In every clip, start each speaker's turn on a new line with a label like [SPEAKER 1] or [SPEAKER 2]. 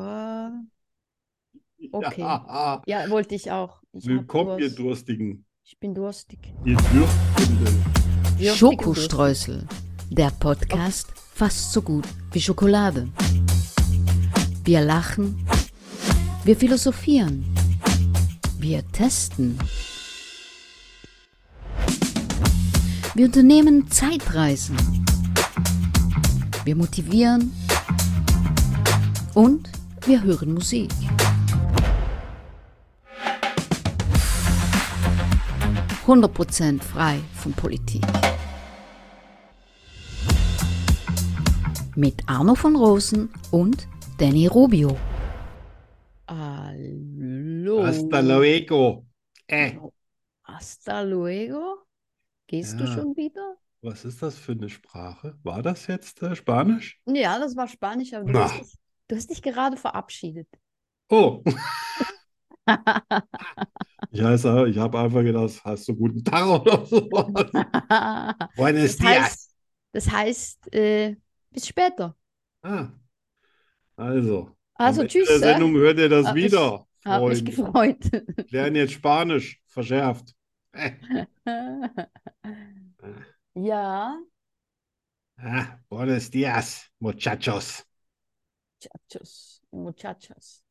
[SPEAKER 1] Ah, okay.
[SPEAKER 2] Ja,
[SPEAKER 1] Ja, wollte ich auch. Ich hab
[SPEAKER 2] willkommen, ihr
[SPEAKER 1] Durst.
[SPEAKER 2] Durstigen,
[SPEAKER 1] Ich bin durstig.
[SPEAKER 2] ihr Dürstenden.
[SPEAKER 1] Dürstiger Durst.
[SPEAKER 3] Schokostreusel, der Podcast fast so gut wie Schokolade. Wir lachen, wir philosophieren, wir testen. Wir unternehmen Zeitreisen. Wir motivieren und wir hören Musik. Prozent frei von Politik. mit Arno von Rosen und Danny Rubio.
[SPEAKER 1] Hallo.
[SPEAKER 2] Hasta luego. Äh,
[SPEAKER 1] Hasta luego. Gehst du
[SPEAKER 2] Ja.
[SPEAKER 1] schon wieder?
[SPEAKER 2] was ist das für eine Sprache? War das jetzt äh, Spanisch?
[SPEAKER 1] Ja, das war Spanisch, aber du
[SPEAKER 2] Na.
[SPEAKER 1] hast dich, du hast dich gerade verabschiedet.
[SPEAKER 2] Oh, ich, heiße- ich habe einfach gedacht, hast du guten Tag oder so.
[SPEAKER 1] das
[SPEAKER 2] Buenos dias.
[SPEAKER 1] heißt, das heißt äh, bis später.
[SPEAKER 2] Ah, also,
[SPEAKER 1] Also
[SPEAKER 2] am Ende
[SPEAKER 1] tschüss.
[SPEAKER 2] der
[SPEAKER 1] äh.
[SPEAKER 2] Sendung hört ihr das
[SPEAKER 1] Hab mich-
[SPEAKER 2] wieder,
[SPEAKER 1] Hab mich
[SPEAKER 2] Freunde.
[SPEAKER 1] gefreut.
[SPEAKER 2] Lernen jetzt Spanisch, verschärft. Äh,
[SPEAKER 1] ja.
[SPEAKER 2] ah, buenos dias, muchachos.
[SPEAKER 1] Muchachos, muchachas.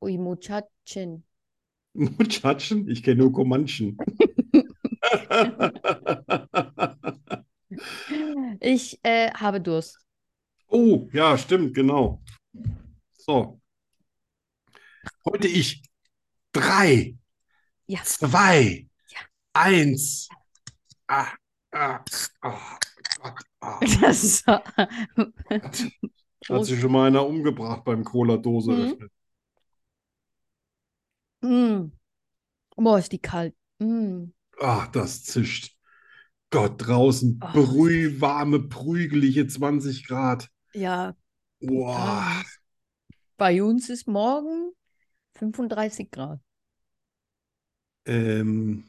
[SPEAKER 1] Ui, muchachen.
[SPEAKER 2] Muchachen? Ich kenne nur Comanchen.
[SPEAKER 1] Ich äh, habe Durst.
[SPEAKER 2] Oh, ja, stimmt, genau. So. Heute ich. Drei,
[SPEAKER 1] Ja.
[SPEAKER 2] zwei,
[SPEAKER 1] Ja.
[SPEAKER 2] eins. Ah, ah, oh Gott, ah.
[SPEAKER 1] Das war
[SPEAKER 2] Also Hat sich schon mal einer umgebracht beim Cola-Dose
[SPEAKER 1] Mhm.
[SPEAKER 2] öffnen.
[SPEAKER 1] Mm. Boah, ist die kalt. Mm.
[SPEAKER 2] Ah, das zischt. Gott, draußen
[SPEAKER 1] Ah.
[SPEAKER 2] brühwarme, prügelige 20 Grad.
[SPEAKER 1] Ja,
[SPEAKER 2] Boah.
[SPEAKER 1] abends. bei uns ist morgen 35 Grad.
[SPEAKER 2] Ähm,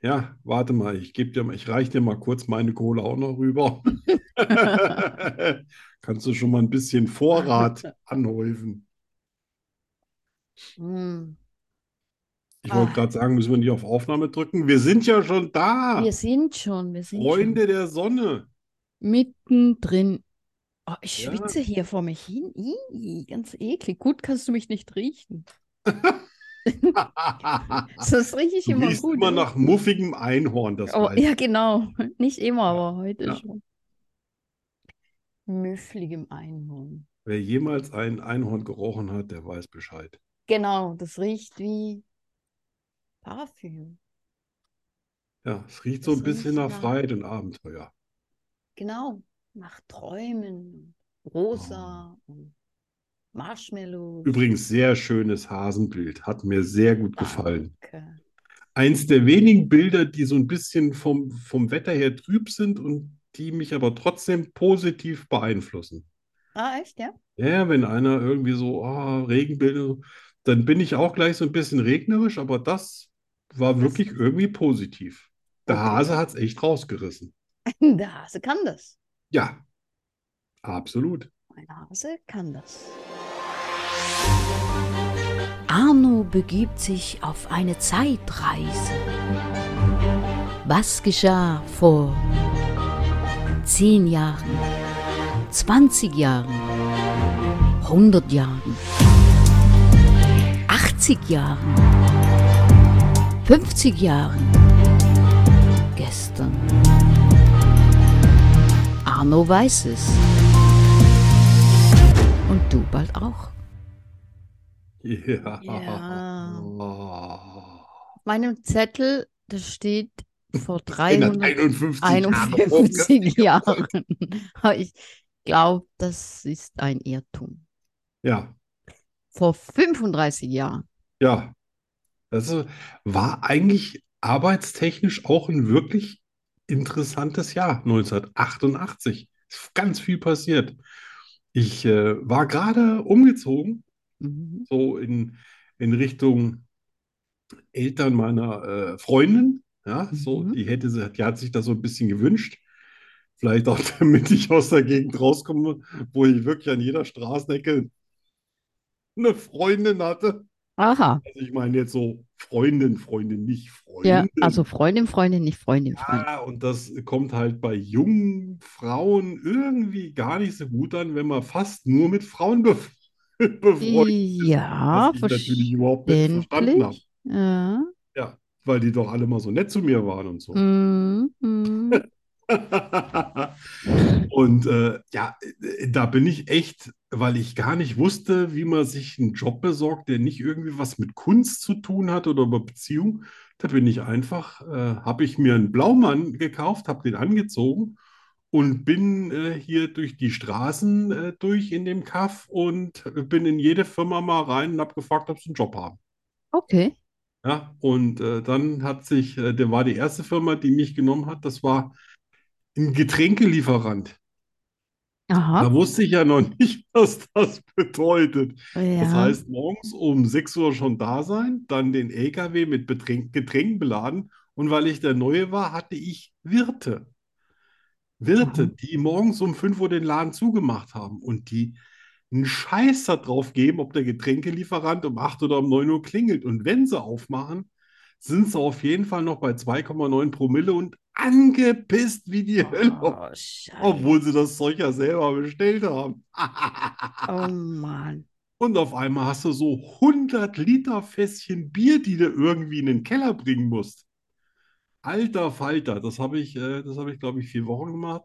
[SPEAKER 2] ja, warte mal, ich geb dir, mal- ich reich dir mal kurz meine Cola auch noch rüber. Kannst du schon mal ein bisschen Vorrat anhäufen?
[SPEAKER 1] Mm.
[SPEAKER 2] Ich wollte
[SPEAKER 1] Ah.
[SPEAKER 2] gerade sagen, müssen wir nicht auf Aufnahme drücken? Wir sind ja schon da,
[SPEAKER 1] Wir sind schon, wir sind
[SPEAKER 2] Ah. Freunde der Sonne.
[SPEAKER 1] schon mittendrin. Oh, ich
[SPEAKER 2] Ja.
[SPEAKER 1] schwitze hier vor mich hin. Ih, ganz eklig. Gut kannst du mich nicht riechen. Das rieche ich
[SPEAKER 2] Du
[SPEAKER 1] immer
[SPEAKER 2] riechst
[SPEAKER 1] gut.
[SPEAKER 2] immer
[SPEAKER 1] ne?
[SPEAKER 2] nach muffigem Einhorn, das
[SPEAKER 1] Oh,
[SPEAKER 2] weiß ich.
[SPEAKER 1] ja, genau. Nicht immer, aber heute
[SPEAKER 2] Ja.
[SPEAKER 1] schon. Müffligem Einhorn.
[SPEAKER 2] Wer jemals ein Einhorn gerochen hat, der weiß Bescheid.
[SPEAKER 1] Genau, das riecht wie Parfüm.
[SPEAKER 2] Ja, es riecht so
[SPEAKER 1] Das
[SPEAKER 2] ein
[SPEAKER 1] riecht
[SPEAKER 2] bisschen nach
[SPEAKER 1] nach-
[SPEAKER 2] Freiheit und Abenteuer.
[SPEAKER 1] Genau, nach Träumen. Rosa
[SPEAKER 2] Oh.
[SPEAKER 1] und Marshmallow.
[SPEAKER 2] Übrigens, sehr schönes Hasenbild, hat mir sehr gut
[SPEAKER 1] Ah.
[SPEAKER 2] gefallen.
[SPEAKER 1] Danke.
[SPEAKER 2] Eins der wenigen Bilder, die so ein bisschen vom, vom Wetter her trüb sind und die mich aber trotzdem positiv beeinflussen.
[SPEAKER 1] Ah, echt, ja?
[SPEAKER 2] Ja, wenn einer irgendwie so, ah, Regenbilder, dann bin ich auch gleich so ein bisschen regnerisch, aber das war wirklich irgendwie positiv. Der
[SPEAKER 1] Okay.
[SPEAKER 2] Hase hat es echt rausgerissen.
[SPEAKER 1] Der Hase kann das.
[SPEAKER 2] Ja, absolut.
[SPEAKER 1] Mein Hase kann das.
[SPEAKER 3] Arno begibt sich auf eine Zeitreise. Was geschah vor 10 Jahren, 20 Jahren, 100 Jahren, 80 Jahren, 50 Jahren, gestern? Arno weiß es. Und du bald auch.
[SPEAKER 2] Ja.
[SPEAKER 1] Ja.
[SPEAKER 2] Oh.
[SPEAKER 1] Auf meinem Zettel, da steht vor 300.
[SPEAKER 2] 151 Jahre hoch, gell?
[SPEAKER 1] 51 Jahren. Aber ich glaube, das ist ein Irrtum.
[SPEAKER 2] Ja,
[SPEAKER 1] Vor 35 Jahren.
[SPEAKER 2] ja. Das ist- war eigentlich arbeitstechnisch auch ein wirklich interessantes Jahr, 1988. Ist ganz viel passiert. Ich äh, war gerade umgezogen,
[SPEAKER 1] Mhm.
[SPEAKER 2] so in, in Richtung Eltern meiner äh, Freundin. Ja, so,
[SPEAKER 1] Mhm.
[SPEAKER 2] die hätte, sie- die hat sich das so ein bisschen gewünscht. Vielleicht auch, damit ich aus der Gegend rauskomme, wo ich wirklich an jeder Straßenecke eine Freundin hatte.
[SPEAKER 1] Aha.
[SPEAKER 2] Also ich meine jetzt so Freundin, Freundin, nicht Freundin.
[SPEAKER 1] Ja, also Freundin, Freundin, nicht Freundin, Freundin.
[SPEAKER 2] Ja, und das kommt halt bei jungen Frauen irgendwie gar nicht so gut an, wenn man fast nur mit Frauen bef befreundet ist.
[SPEAKER 1] Ja,
[SPEAKER 2] was ich natürlich überhaupt nicht verstanden habe,
[SPEAKER 1] verständlich. Ja.
[SPEAKER 2] weil die doch alle mal so nett zu mir waren und so.
[SPEAKER 1] Mm, mm.
[SPEAKER 2] Und äh, ja, äh, da bin ich echt, weil ich gar nicht wusste, wie man sich einen Job besorgt, der nicht irgendwie was mit Kunst zu tun hat oder über Beziehung. Da bin ich einfach, äh, habe ich mir einen Blaumann gekauft, habe den angezogen und bin äh, hier durch die Straßen äh, durch in dem Kaff und äh, bin in jede Firma mal rein und habe gefragt, ob sie einen Job haben.
[SPEAKER 1] Okay.
[SPEAKER 2] Ja, und äh, dann hat sich, äh, der war die erste Firma, die mich genommen hat, das war ein Getränkelieferant.
[SPEAKER 1] Aha.
[SPEAKER 2] Da wusste ich ja noch nicht, was das bedeutet. Das
[SPEAKER 1] Ja.
[SPEAKER 2] heißt, morgens um 6 Uhr schon da sein, dann den LKW mit Betränk Getränken beladen und weil ich der Neue war, hatte ich Wirte. Wirte,
[SPEAKER 1] Aha.
[SPEAKER 2] die morgens um 5 Uhr den Laden zugemacht haben und die einen Scheiß da drauf geben, ob der Getränkelieferant um 8 oder um 9 Uhr klingelt. Und wenn sie aufmachen, sind sie auf jeden Fall noch bei 2,9 Promille und angepisst wie die Hölle,
[SPEAKER 1] Oh, Scheiße.
[SPEAKER 2] obwohl sie das Zeug ja selber bestellt haben.
[SPEAKER 1] Oh Mann.
[SPEAKER 2] Und auf einmal hast du so 100 Liter Fässchen Bier, die du irgendwie in den Keller bringen musst. Alter Falter, das habe ich, äh, das habe ich, glaube ich, vier Wochen gemacht.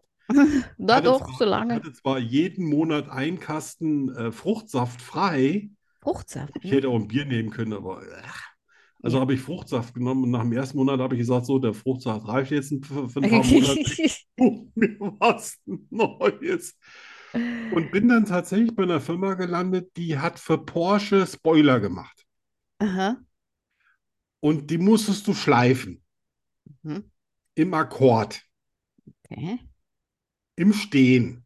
[SPEAKER 1] Na
[SPEAKER 2] Hatte
[SPEAKER 1] doch,
[SPEAKER 2] zwar,
[SPEAKER 1] so lange.
[SPEAKER 2] hatte zwar jeden Monat einen Kasten äh, Fruchtsaft frei.
[SPEAKER 1] Fruchtsaft.
[SPEAKER 2] Ich hätte auch ein Bier nehmen können, aber äh. Also
[SPEAKER 1] Ja.
[SPEAKER 2] habe ich Fruchtsaft genommen und nach dem ersten Monat habe ich gesagt, so, der Fruchtsaft reift jetzt ein- für, für ein paar Monate. Buch mir was Neues. Und bin dann tatsächlich bei einer Firma gelandet, die hat für Porsche Spoiler gemacht.
[SPEAKER 1] Aha.
[SPEAKER 2] Und die musstest du schleifen.
[SPEAKER 1] Mhm.
[SPEAKER 2] Im Akkord,
[SPEAKER 1] Okay.
[SPEAKER 2] im Stehen,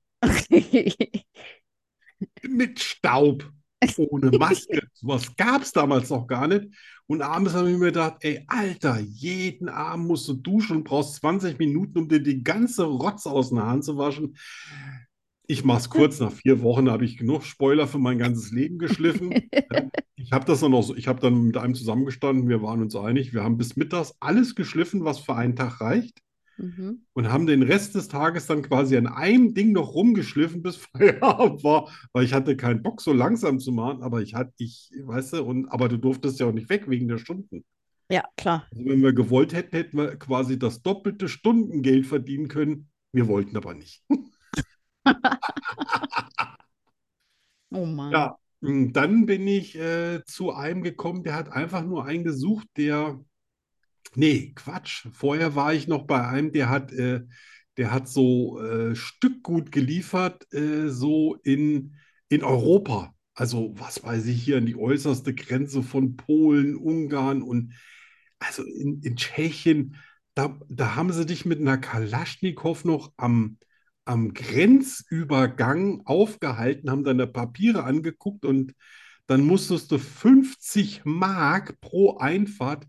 [SPEAKER 2] mit Staub, ohne Maske. Sowas gab es damals noch gar nicht. Und abends habe ich mir gedacht, ey, Alter, jeden Abend musst du duschen und brauchst 20 Minuten, um dir die ganze Rotz aus den Haaren zu waschen. Ich mache es kurz, nach vier Wochen habe ich genug Spoiler für mein ganzes Leben geschliffen. Ich habe das dann auch so, ich habe dann mit einem zusammengestanden, wir waren uns einig, wir haben bis mittags alles geschliffen, was für einen Tag reicht
[SPEAKER 1] Mhm.
[SPEAKER 2] und haben den Rest des Tages dann quasi an einem Ding noch rumgeschliffen, bis Feierabend war, weil ich hatte keinen Bock, so langsam zu machen, aber ich hatte, ich, weißt du, und, aber du durftest ja auch nicht weg wegen der Stunden.
[SPEAKER 1] Ja, klar.
[SPEAKER 2] Also wenn wir gewollt hätten, hätten wir quasi das doppelte Stundengeld verdienen können. Wir wollten aber nicht.
[SPEAKER 1] Oh Mann.
[SPEAKER 2] Ja, mh, dann bin ich äh, zu einem gekommen, der hat einfach nur einen gesucht, der. Nee, Quatsch. Vorher war ich noch bei einem, der hat, äh, der hat so äh, Stückgut geliefert, äh, so in, in Europa. Also, was weiß ich, hier an die äußerste Grenze von Polen, Ungarn und also in, in Tschechien. Da, da haben sie dich mit einer Kalaschnikow noch am, am Grenzübergang aufgehalten, haben deine Papiere angeguckt und dann musstest du 50 Mark pro Einfahrt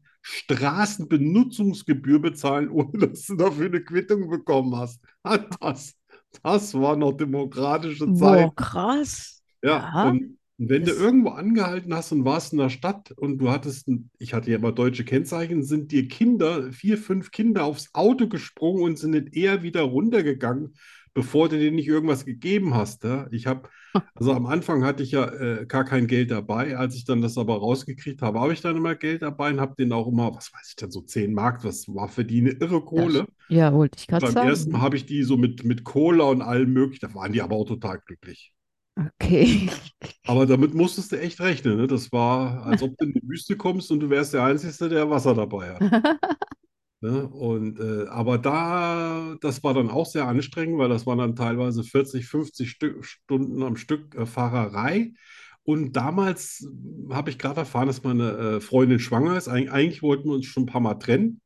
[SPEAKER 2] Straßenbenutzungsgebühr bezahlen, ohne dass du dafür eine Quittung bekommen hast. Ah, Das, das war noch demokratische Zeit.
[SPEAKER 1] Boah, krass.
[SPEAKER 2] Ja,
[SPEAKER 1] Ja,
[SPEAKER 2] und wenn du
[SPEAKER 1] das-
[SPEAKER 2] irgendwo angehalten hast und warst in der Stadt und du hattest, ein- ich hatte ja immer deutsche Kennzeichen, sind dir Kinder, vier, fünf Kinder aufs Auto gesprungen und sind nicht eher wieder runtergegangen, bevor du denen nicht irgendwas gegeben hast. Ja? Ich habe, also am Anfang hatte ich ja äh, gar kein Geld dabei. Als ich dann das aber rausgekriegt habe, habe ich dann immer Geld dabei und habe denen auch immer, was weiß ich denn, so 10 Mark, was war für die eine irre Kohle.
[SPEAKER 1] Ja, wollte ich gerade
[SPEAKER 2] Beim
[SPEAKER 1] sagen.
[SPEAKER 2] ersten Mal habe ich die so mit, mit Cola und allem möglichen, da waren die aber auch total glücklich.
[SPEAKER 1] Okay.
[SPEAKER 2] Aber damit musstest du echt rechnen. Ne? Das war, als ob du in die Wüste kommst und du wärst der Einzige, der Wasser dabei hat. Ne? Und, äh, aber da, das war dann auch sehr anstrengend, weil das waren dann teilweise 40, 50 Stü Stunden am Stück äh, Fahrerei. Und damals äh, habe ich gerade erfahren, dass meine äh, Freundin schwanger ist. Eig eigentlich wollten wir uns schon ein paar Mal trennen.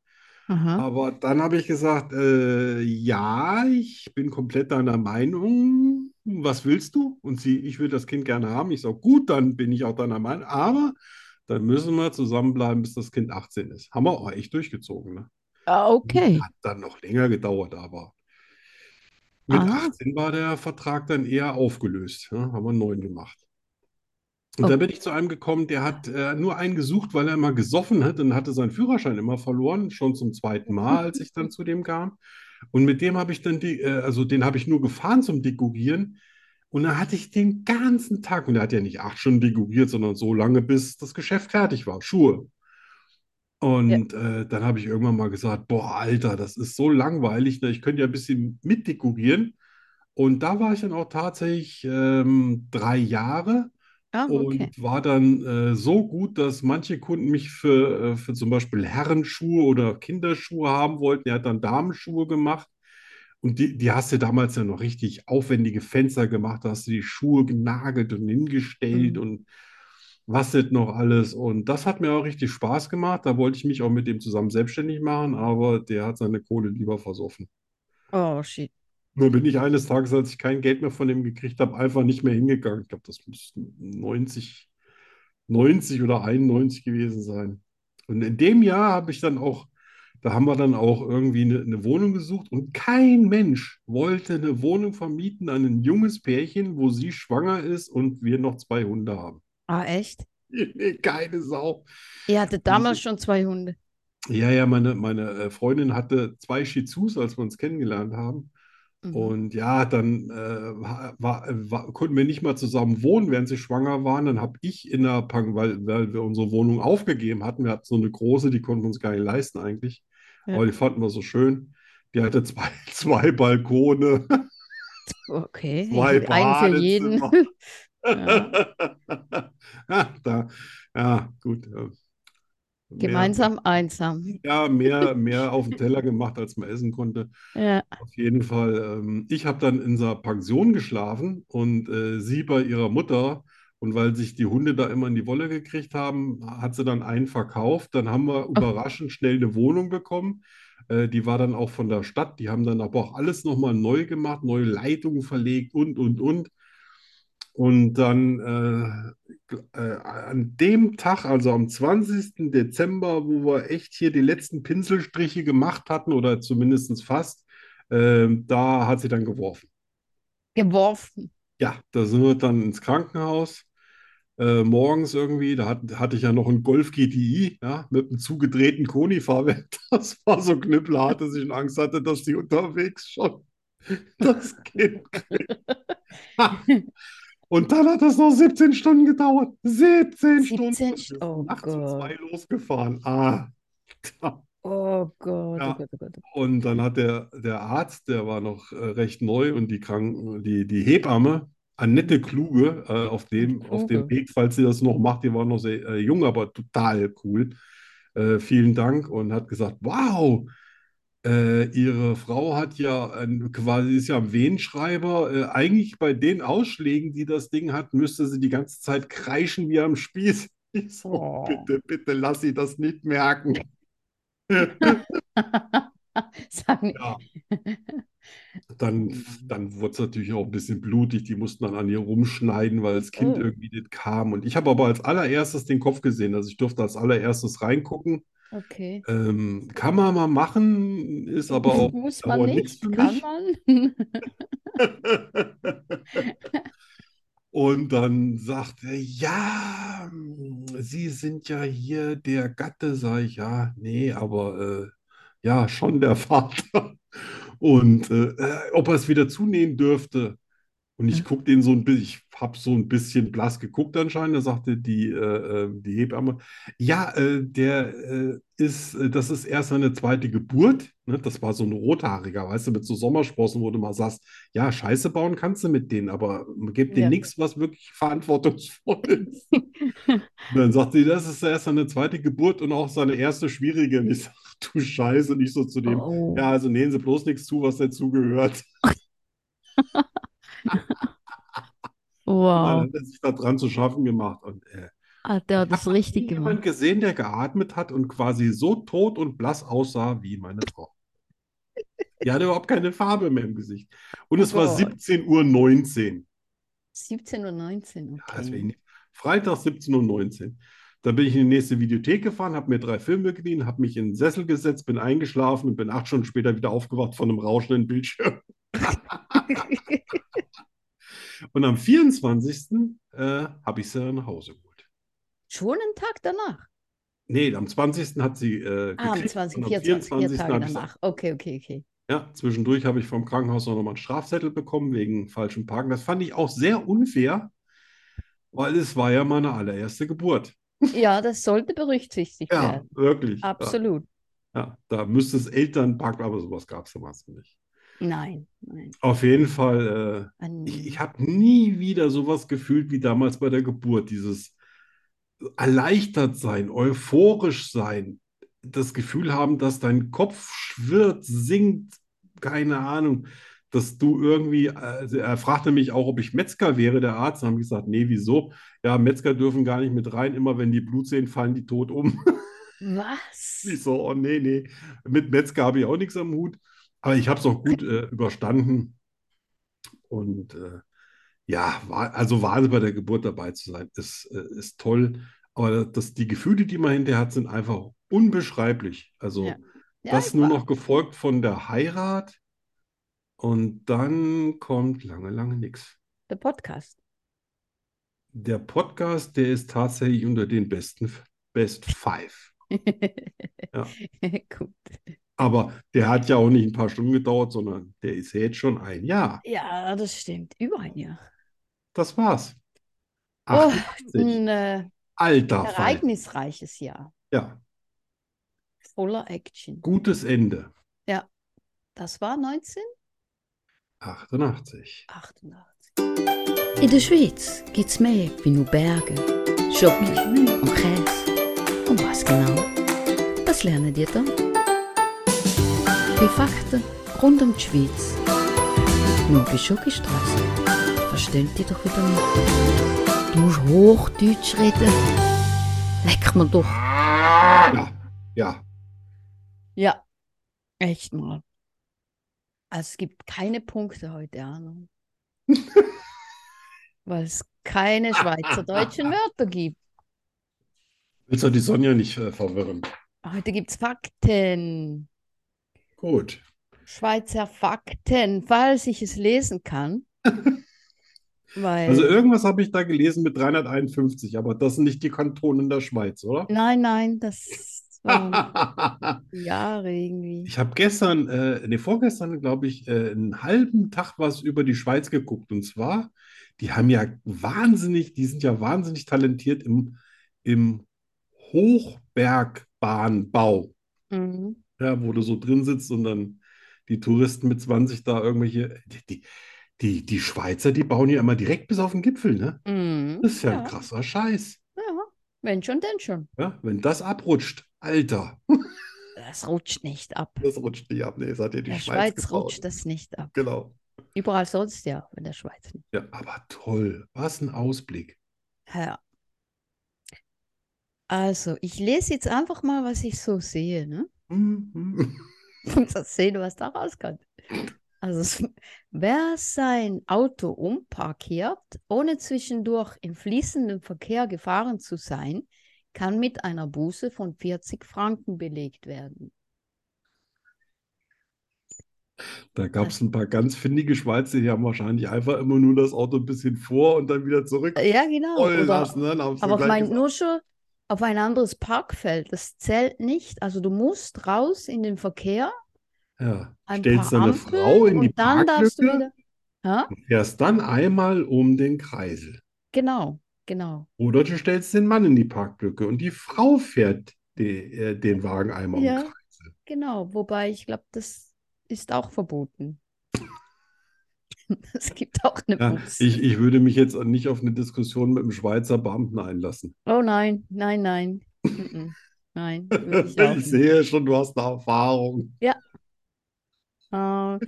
[SPEAKER 1] Aha.
[SPEAKER 2] Aber dann habe ich gesagt, äh, ja, ich bin komplett deiner Meinung. Was willst du? Und sie, ich will das Kind gerne haben. Ich sage, gut, dann bin ich auch deiner Meinung. Aber dann müssen wir zusammenbleiben, bis das Kind 18 ist. Haben wir auch echt durchgezogen. Ne?
[SPEAKER 1] Ah, Okay.
[SPEAKER 2] Hat dann noch länger gedauert, aber mit
[SPEAKER 1] Ah.
[SPEAKER 2] 18 war der Vertrag dann eher aufgelöst. Ne? Haben wir einen neuen gemacht. Und da bin ich zu einem gekommen, der hat äh, nur einen gesucht, weil er mal gesoffen hat und hatte seinen Führerschein immer verloren, schon zum zweiten Mal, als ich dann zu dem kam. Und mit dem habe ich dann die, äh, also den habe ich nur gefahren zum Dekorieren. Und dann hatte ich den ganzen Tag, und der hat ja nicht acht Stunden dekoriert, sondern so lange, bis das Geschäft fertig war, Schuhe. Und äh, dann habe ich irgendwann mal gesagt, boah, Alter, das ist so langweilig, ne? ich könnte ja ein bisschen mitdekorieren. Und da war ich dann auch tatsächlich ähm, drei Jahre.
[SPEAKER 1] Ah, okay.
[SPEAKER 2] Und war dann äh, so gut, dass manche Kunden mich für, äh, für zum Beispiel Herrenschuhe oder Kinderschuhe haben wollten. Er hat dann Damenschuhe gemacht. Und die, die hast du damals ja noch richtig aufwendige Fenster gemacht. Da hast du die Schuhe genagelt und hingestellt
[SPEAKER 1] Mhm.
[SPEAKER 2] und was nicht noch alles. Und das hat mir auch richtig Spaß gemacht. Da wollte ich mich auch mit dem zusammen selbstständig machen, aber der hat seine Kohle lieber versoffen.
[SPEAKER 1] Oh, shit.
[SPEAKER 2] Da bin ich eines Tages, als ich kein Geld mehr von dem gekriegt habe, einfach nicht mehr hingegangen. Ich glaube, das muss 90, 90 oder 91 gewesen sein. Und in dem Jahr habe ich dann auch, da haben wir dann auch irgendwie eine, eine Wohnung gesucht und kein Mensch wollte eine Wohnung vermieten an ein junges Pärchen, wo sie schwanger ist und wir noch zwei Hunde haben.
[SPEAKER 1] Ah, echt?
[SPEAKER 2] Keine Sau.
[SPEAKER 1] Ihr hattet
[SPEAKER 2] Und
[SPEAKER 1] damals
[SPEAKER 2] ich,
[SPEAKER 1] schon zwei Hunde.
[SPEAKER 2] ja, ja, meine, meine äh, Freundin hatte zwei Shih Tzus, als wir uns kennengelernt haben.
[SPEAKER 1] Mhm.
[SPEAKER 2] Und ja, dann äh, war, war, war, konnten wir nicht mal zusammen wohnen, während sie schwanger waren. Dann habe ich in der Pang, weil, weil wir unsere Wohnung aufgegeben hatten. Wir hatten so eine große, die konnten wir uns gar nicht leisten eigentlich.
[SPEAKER 1] Ja.
[SPEAKER 2] Aber die fanden wir so schön. Die hatte zwei, zwei Balkone, zwei
[SPEAKER 1] Okay, einen für jeden.
[SPEAKER 2] Badezimmer.
[SPEAKER 1] Ja.
[SPEAKER 2] Ja, Ah, Da, ja, gut. äh, Mehr,
[SPEAKER 1] Gemeinsam, einsam.
[SPEAKER 2] ja, mehr, mehr auf den Teller gemacht, als man essen konnte.
[SPEAKER 1] Ja.
[SPEAKER 2] Auf jeden Fall. Ähm, ich habe dann in seiner Pension geschlafen und äh, sie bei ihrer Mutter. Und weil sich die Hunde da immer in die Wolle gekriegt haben, hat sie dann einen verkauft. Dann haben wir
[SPEAKER 1] Oh,
[SPEAKER 2] überraschend schnell eine Wohnung bekommen. Äh, die war dann auch von der Stadt. Die haben dann aber auch alles nochmal neu gemacht, neue Leitungen verlegt und, und, und. Und dann äh, gl- äh, an dem Tag, also am 20. Dezember, wo wir echt hier die letzten Pinselstriche gemacht hatten oder zumindest fast, ähm, da hat sie dann geworfen.
[SPEAKER 1] geworfen.
[SPEAKER 2] Ja, da sind wir dann ins Krankenhaus. Äh, morgens irgendwie, da hat, hatte ich ja noch einen Golf GTI, ja, mit einem zugedrehten Konifahrwerk. Das war so knüppelhart, dass ich schon Angst hatte, dass die unterwegs schon das Kind kriegt. Und dann hat das noch 17 Stunden gedauert. 17 Stunden.
[SPEAKER 1] 17.
[SPEAKER 2] Wir
[SPEAKER 1] St
[SPEAKER 2] sind
[SPEAKER 1] oh
[SPEAKER 2] nachts um zwei
[SPEAKER 1] Gott.
[SPEAKER 2] losgefahren. Ah,
[SPEAKER 1] Oh Gott, oh
[SPEAKER 2] ja.
[SPEAKER 1] Gott, oh Gott.
[SPEAKER 2] Und dann hat der, der Arzt, der war noch äh, recht neu, und die Kranken, die, die Hebamme, Annette Kluge, äh, auf
[SPEAKER 1] Und
[SPEAKER 2] dem, auf dem
[SPEAKER 1] Kluge.
[SPEAKER 2] Weg, falls sie das noch macht, die war noch sehr äh, jung, aber total cool. Äh, vielen Dank und hat gesagt, wow, äh, ihre Frau hat ja ein, quasi ist ja ein Wehenschreiber. Äh, eigentlich bei den Ausschlägen, die das Ding hat, müsste sie die ganze Zeit kreischen wie am Spieß. Ich so,
[SPEAKER 1] Oh.
[SPEAKER 2] bitte, bitte lass sie das nicht merken.
[SPEAKER 1] Sagen.
[SPEAKER 2] Oh. Ja, dann, dann wurde es natürlich auch ein bisschen blutig. Die mussten dann an ihr rumschneiden, weil das Kind
[SPEAKER 1] Oh,
[SPEAKER 2] irgendwie nicht kam. Und ich habe aber als allererstes den Kopf gesehen. Also ich durfte als allererstes reingucken.
[SPEAKER 1] okay.
[SPEAKER 2] Ähm, kann man mal machen, ist aber auch auf
[SPEAKER 1] Muss man
[SPEAKER 2] Dauer nichts für
[SPEAKER 1] nicht, kann
[SPEAKER 2] mich.
[SPEAKER 1] man.
[SPEAKER 2] Und dann sagt er, ja, Sie sind ja hier der Gatte, sage ich, ja, nee, aber äh, ja, schon der Vater. Und äh, äh, ob er es wieder zunehmen dürfte. Und ich gucke den so ein bisschen, ich habe so ein bisschen blass geguckt anscheinend. Da sagte die, äh, äh, die Hebamme, ja, äh, der äh, ist, äh, das ist erst seine zweite Geburt. Ne? Das war so ein rothaariger, weißt du, mit so Sommersprossen, wo du mal sagst, ja, Scheiße bauen kannst du mit denen, aber gib denen
[SPEAKER 1] Ja.
[SPEAKER 2] nichts, was wirklich verantwortungsvoll ist. Und dann sagt sie, das ist erst seine zweite Geburt und auch seine erste schwierige. Und ich sage, du Scheiße. Und ich so zu dem,
[SPEAKER 1] Oh.
[SPEAKER 2] ja, also nähen Sie bloß nichts zu, was dazugehört. Und dann
[SPEAKER 1] Wow. Ah,
[SPEAKER 2] hat er sich da dran zu schaffen gemacht. Und äh,
[SPEAKER 1] Hat er
[SPEAKER 2] ich habe
[SPEAKER 1] das
[SPEAKER 2] noch
[SPEAKER 1] richtig
[SPEAKER 2] nie
[SPEAKER 1] gemacht?
[SPEAKER 2] jemanden gesehen, der geatmet hat und quasi so tot und blass aussah wie meine Frau. Die hatte überhaupt keine Farbe mehr im Gesicht. Und
[SPEAKER 1] Oh
[SPEAKER 2] es war
[SPEAKER 1] Gott.
[SPEAKER 2] 17.19 Uhr.
[SPEAKER 1] 17.19 Uhr,
[SPEAKER 2] Ja,
[SPEAKER 1] okay.
[SPEAKER 2] deswegen Freitag 17.19 Uhr. Dann bin ich in die nächste Videothek gefahren, habe mir drei Filme geliehen, habe mich in den Sessel gesetzt, bin eingeschlafen und bin acht Stunden später wieder aufgewacht von einem rauschenden Bildschirm. Und am 24. äh, habe ich sie nach Hause geholt.
[SPEAKER 1] Schon einen Tag danach.
[SPEAKER 2] Nee, am 20. hat sie äh,
[SPEAKER 1] Ah, am
[SPEAKER 2] gekriegt
[SPEAKER 1] 20,
[SPEAKER 2] und am
[SPEAKER 1] 24, vier
[SPEAKER 2] 24.
[SPEAKER 1] Tage
[SPEAKER 2] habe ich sie-
[SPEAKER 1] danach. Okay, okay, okay.
[SPEAKER 2] Ja, zwischendurch habe ich vom Krankenhaus noch mal einen Strafzettel bekommen wegen falschem Parken. Das fand ich auch sehr unfair, weil es war ja meine allererste Geburt.
[SPEAKER 1] Ja, das sollte berücksichtigt
[SPEAKER 2] Ja,
[SPEAKER 1] werden.
[SPEAKER 2] wirklich.
[SPEAKER 1] Absolut.
[SPEAKER 2] Ja, ja, da müsste es Elternparken, aber sowas gab es damals nicht.
[SPEAKER 1] Nein, nein.
[SPEAKER 2] Auf jeden Fall,
[SPEAKER 1] Ein-
[SPEAKER 2] äh, ich, ich habe nie wieder sowas gefühlt wie damals bei der Geburt. Dieses erleichtert sein, euphorisch sein, das Gefühl haben, dass dein Kopf schwirrt, sinkt, keine Ahnung, dass du irgendwie, also er fragte mich auch, ob ich Metzger wäre, der Arzt, und habe ich gesagt, nee, wieso? Ja, Metzger dürfen gar nicht mit rein, immer wenn die Blut sehen, fallen die tot um. Ich
[SPEAKER 1] Was?
[SPEAKER 2] so, oh nee, nee, mit Metzger habe ich auch nichts am Hut. Aber ich habe es auch gut äh, überstanden. Und äh, ja, war, also Wahnsinn bei der Geburt dabei zu sein, ist, äh, ist toll. Aber das, die Gefühle, die man hinterher hat, sind einfach unbeschreiblich. Also
[SPEAKER 1] Ja. Ja,
[SPEAKER 2] das
[SPEAKER 1] ich
[SPEAKER 2] nur
[SPEAKER 1] war-
[SPEAKER 2] noch gefolgt von der Heirat. Und dann kommt lange, lange nichts.
[SPEAKER 1] Der Podcast.
[SPEAKER 2] Der Podcast, der ist tatsächlich unter den besten, Best Five.
[SPEAKER 1] Gut.
[SPEAKER 2] Aber der hat ja auch nicht ein paar Stunden gedauert, sondern der ist ja jetzt schon ein Jahr.
[SPEAKER 1] Ja, das stimmt. Über ein Jahr.
[SPEAKER 2] Das war's.
[SPEAKER 1] Oh,
[SPEAKER 2] 88.
[SPEAKER 1] Ein äh,
[SPEAKER 2] Alter Falter.
[SPEAKER 1] ereignisreiches Jahr.
[SPEAKER 2] Ja,
[SPEAKER 1] Voller Action.
[SPEAKER 2] gutes Ende.
[SPEAKER 1] Das war 1988.
[SPEAKER 2] 88.
[SPEAKER 3] In der Schweiz gibt's mehr wie nur Berge, Shopping und Käse. Und was genau? Das lernen ihr dann. Die Fakten rund um die Schweiz. Nur bei Schokistraße. Versteht ihr doch wieder nicht. Du musst Hochdeutsch reden. Leck mir doch.
[SPEAKER 2] Ja, ja.
[SPEAKER 1] Ja, echt mal. Also es gibt keine Punkte heute, ne? Arno. Weil es keine schweizerdeutschen Wörter gibt.
[SPEAKER 2] Willst du die Sonja nicht äh, verwirren?
[SPEAKER 1] Heute gibt es Fakten.
[SPEAKER 2] Gut.
[SPEAKER 1] Schweizer Fakten, falls ich es lesen kann. Weil,
[SPEAKER 2] Also irgendwas habe ich da gelesen mit 351, aber das sind nicht die Kantone der Schweiz, oder?
[SPEAKER 1] nein, nein, das waren Jahre irgendwie.
[SPEAKER 2] Ich habe gestern, äh, nee, vorgestern, glaube ich, äh, einen halben Tag was über die Schweiz geguckt. Und zwar, die haben ja wahnsinnig, die sind ja wahnsinnig talentiert im, im Hochbergbahnbau.
[SPEAKER 1] Mhm.
[SPEAKER 2] Ja, wo du so drin sitzt und dann die Touristen mit 20 da irgendwelche. Die, die, die, die Schweizer, die bauen ja immer direkt bis auf den Gipfel, ne?
[SPEAKER 1] Mhm.
[SPEAKER 2] Das ist ja ein
[SPEAKER 1] Ja.
[SPEAKER 2] krasser Scheiß.
[SPEAKER 1] Ja, wenn schon, denn schon.
[SPEAKER 2] Ja? Wenn das abrutscht, Alter,
[SPEAKER 1] Das rutscht nicht ab.
[SPEAKER 2] das rutscht nicht ab. Nee, das hat ja die
[SPEAKER 1] Der
[SPEAKER 2] Schweiz
[SPEAKER 1] Schweiz
[SPEAKER 2] gebaut.
[SPEAKER 1] rutscht das nicht ab.
[SPEAKER 2] Genau.
[SPEAKER 1] Überall sonst ja, in der Schweiz nicht.
[SPEAKER 2] Ja, aber toll. Was ein Ausblick.
[SPEAKER 1] Ja. Also, ich lese jetzt einfach mal, was ich so sehe, ne?
[SPEAKER 2] Mhm.
[SPEAKER 1] Und das sehen, was da rauskommt. Also, es- wer sein Auto umparkiert, ohne zwischendurch im fließenden Verkehr gefahren zu sein, kann mit einer Buße von 40 Franken belegt werden.
[SPEAKER 2] Da gab es ein paar ganz findige Schweizer, die haben wahrscheinlich einfach immer nur das Auto ein bisschen vor und dann wieder zurück
[SPEAKER 1] Ja, genau.
[SPEAKER 2] rollen
[SPEAKER 1] Oder,
[SPEAKER 2] lassen. Ne? Dann haben sie
[SPEAKER 1] aber ich
[SPEAKER 2] gleich
[SPEAKER 1] meine,
[SPEAKER 2] gesagt,
[SPEAKER 1] nur schon auf ein anderes Parkfeld, das zählt nicht. Also, du musst raus in den Verkehr.
[SPEAKER 2] ja,
[SPEAKER 1] ein
[SPEAKER 2] stellst
[SPEAKER 1] paar
[SPEAKER 2] deine
[SPEAKER 1] Ampeln
[SPEAKER 2] Frau in die
[SPEAKER 1] und dann darfst du
[SPEAKER 2] Parklücke
[SPEAKER 1] wieder. Ja,
[SPEAKER 2] und fährst dann einmal um den Kreisel.
[SPEAKER 1] genau, genau.
[SPEAKER 2] Oder du stellst den Mann in die Parklücke und die Frau fährt de, äh, den Wagen einmal um den
[SPEAKER 1] Ja.
[SPEAKER 2] Kreisel.
[SPEAKER 1] Genau, wobei ich glaube, das ist auch verboten. Es gibt auch eine
[SPEAKER 2] Ja,
[SPEAKER 1] Buße.
[SPEAKER 2] ich, ich würde mich jetzt nicht auf eine Diskussion mit einem Schweizer Beamten einlassen.
[SPEAKER 1] Oh nein, nein, nein. Mhm. Nein, würde ich auch
[SPEAKER 2] Ich
[SPEAKER 1] nicht.
[SPEAKER 2] sehe schon, du hast eine Erfahrung.
[SPEAKER 1] Ah,